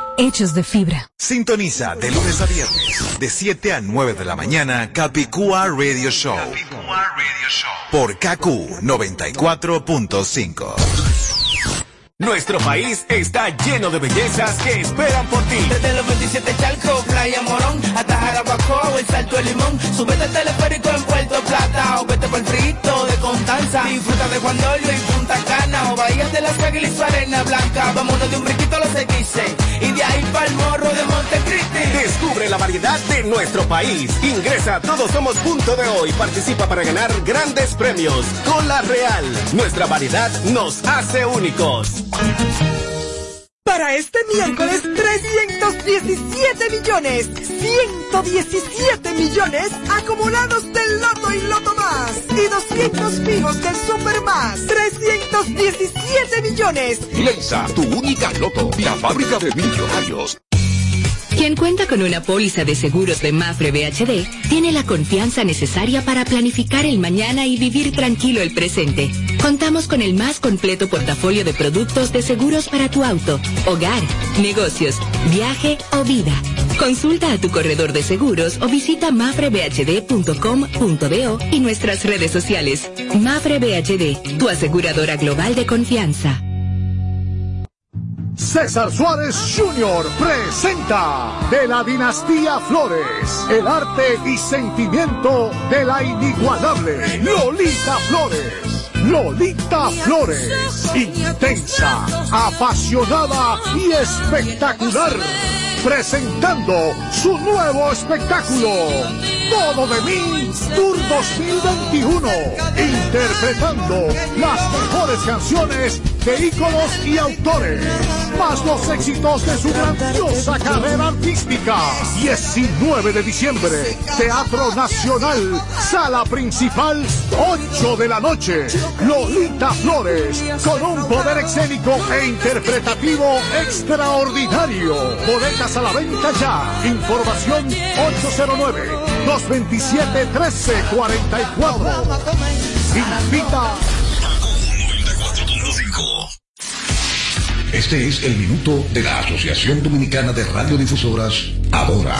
hechos de fibra.
Sintoniza de lunes a viernes, de 7 a 9 de la mañana, Capicúa Radio Show. Por KQ 94.5.
Nuestro país está lleno de bellezas que esperan por ti.
Desde los 27 Chalco, Playa Morón, hasta Jarabacoa, el Salto de Limón. Súbete al teleférico en Puerto Plata o vete por el frito de Constanza. Disfruta de Juan Dolio y Punta Cana o Bahía de las Águilas y su arena blanca. Vámonos de un briquito a los X y de ahí pa'l morro de Montecristi.
Descubre la variedad de nuestro país. Ingresa a todosomos.de hoy. Participa para ganar grandes premios. Cola Real. Nuestra variedad nos hace únicos.
Para este miércoles, 317 millones, 117 millones acumulados del Loto y Loto Más y 200 fijos del Super Más, 317 millones.
Lenza, tu única loto, la fábrica de millonarios.
Quien cuenta con una póliza de seguros de Mafre BHD tiene la confianza necesaria para planificar el mañana y vivir tranquilo el presente. Contamos con el más completo portafolio de productos de seguros para tu auto, hogar, negocios, viaje o vida. Consulta a tu corredor de seguros o visita mafrebhd.com.do y nuestras redes sociales. Mafre BHD, tu aseguradora global de confianza.
César Suárez Jr. presenta de la dinastía Flores, el arte y sentimiento de la inigualable Lolita Flores. Lolita Flores, intensa, apasionada y espectacular, presentando su nuevo espectáculo. Todo de mí, Tour 2021, interpretando las mejores canciones de íconos y autores, más los éxitos de su grandiosa carrera artística. 19 de diciembre, Teatro Nacional, Sala Principal, 8 de la noche. Lolita Flores, con un poder escénico e interpretativo extraordinario. Boletas a la venta ya. Información 809-227-1344. Invita
Este es el minuto de la Asociación Dominicana de Radiodifusoras, ahora.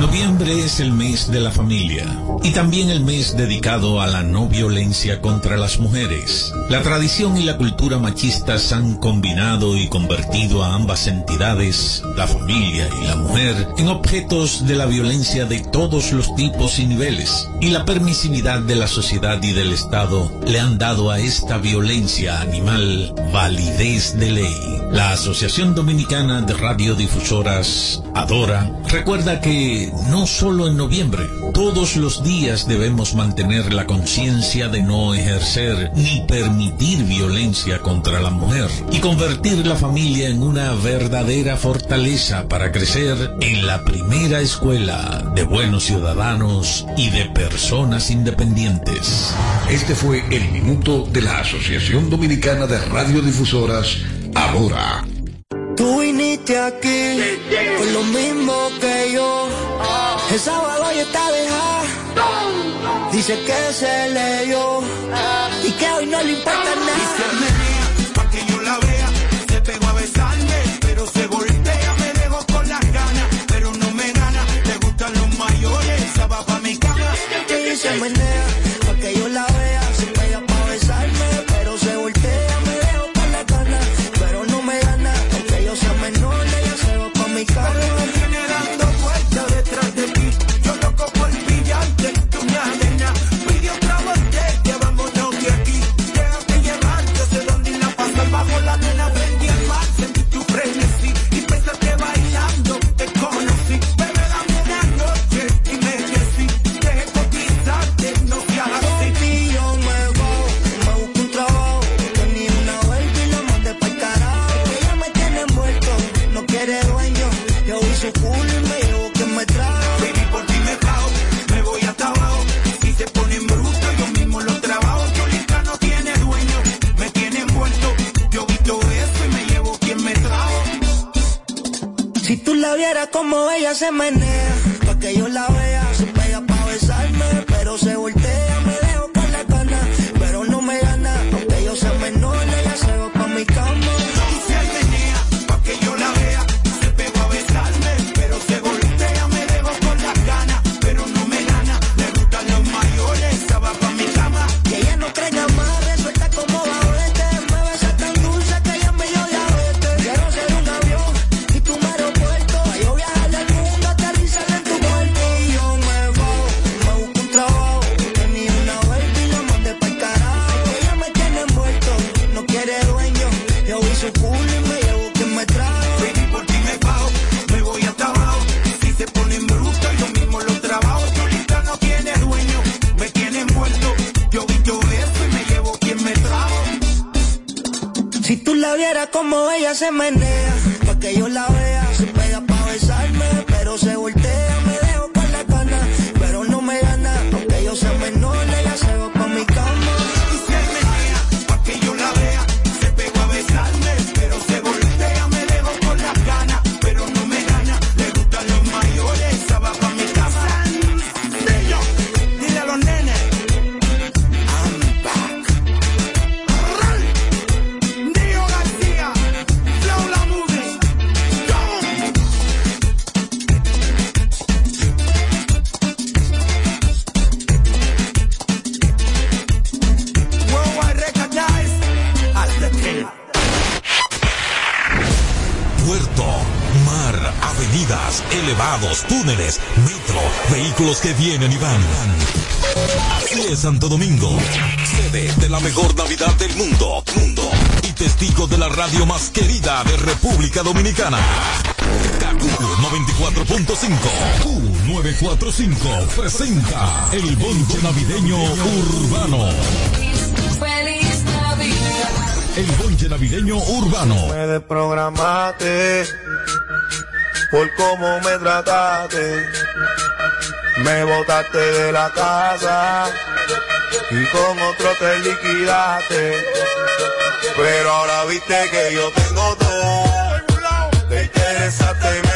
Noviembre es el mes de la familia y también el mes dedicado a la no violencia contra las mujeres. La tradición y la cultura machistas han combinado y convertido a ambas entidades, la familia y la mujer, en objetos de la violencia de todos los tipos y niveles. Y la permisividad de la sociedad y del Estado le han dado a esta violencia animal validez de ley. La Asociación Dominicana de Radiodifusoras, Adora, recuerda que que no solo en noviembre, todos los días debemos mantener la conciencia de no ejercer ni permitir violencia contra la mujer y convertir la familia en una verdadera fortaleza para crecer en la primera escuela de buenos ciudadanos y de personas independientes.
Este fue el minuto de la Asociación Dominicana de Radiodifusoras, ahora.
Tú viniste aquí por lo mismo que yo. El sábado yo está deja. Dice que se le dio y que hoy no le importa nada.
pa' que yo la vea. Se pegó a besarme, pero se voltea. Me dejo con las ganas, pero no me gana. Le gustan los mayores, esa va pa' mi cama.
Y se menea pa' que yo la vea. Se pega pa' besarme, pero se voltea. Me dejo con la gana, pero no me gana. Aunque yo sea menor, ella se va pa' mi cama.
Viene dando vueltas detrás de ti. Yo loco por pillarte, tú me adeñas. Pide otra botella, vámonos de aquí. Déjate llevar, yo sé dónde la pasa. Bajo la nena prendí el mar, sentí tu frenesí. Y pensaste bailando, te conocí. Bebé, dame la noche y me decí. Deje cotizarte, no seas así.
Yo me voy, me busco un trabajo, que ni una vuelta y lo mandé pa'l carajo. Ella me tiene muerto, no quiere dueño. Yo hice full y me llevo que me trajo.
Baby, por ti me cago, me voy hasta abajo. Si se ponen brutos, yo mismo los trabajo. Yolita no tiene dueño, me tiene muerto. Yo visto eso y me llevo quien me trajo.
Si tú la vieras como ella se menea, pa' que yo la vea, se pega pa' besarme, pero se voltea, me dejo con la gana, pero no me gana, aunque yo sea menor, ella se va pa' mi cama.
Pa' que yo la vea, se pegó a besarme, pero se voltea, me dejo con las ganas, pero no me gana, le gustan los mayores, esa va pa' mi cama,
Que ella no crea más, resuelta como babete, me besa tan dulce que ella me dio diabetes. Quiero ser un avión y tú me aeropuerto, pa' yo viajar al mundo, aterrizar en tu cuerpo. Y yo me voy, me busco un trabajo, que ni una vuelta y la mandé pa'l carajo. Ella me tiene muerto, no quiere dueño, yo hice full y me llevo quien me trajo.
baby, por ti me bajo, me voy hasta abajo, si se ponen brutos, yo mismo los trabajo, Yolita no tiene dueño, me tiene muerto, yo visto eso y me llevo quien me trajo.
Si tú la vieras como ella se menea, pa' que yo la vea, se pega pa' besarme, pero se voltea, me dejo con la gana, pero no me gana, aunque yo sea menor, ella se va pa' mi cama.
Pa' que yo la vea, se pegó a besarme, pero se voltea, me dejo con las ganas, pero no me gana, le gustan los mayores, esa va pa' mi casa. Sencillo, dile a los nenes, I'm back. Run. Neo García, Flow La Movie, Go. Worldwide recognized as the king.
Puerto, mar, avenidas, elevados, túneles, metro, vehículos que vienen y van. Así es Santo Domingo, sede de la mejor Navidad del mundo, mundo, y testigo de la radio más querida de República Dominicana. KQ 94.5, Q945 presenta el bonche navideño urbano.
Feliz Navidad.
El bonche navideño urbano.
Me desprogramaste por cómo me trataste. Me botaste de la casa y con otro te liquidaste. Pero ahora viste que yo tengo todo. Te interesaste en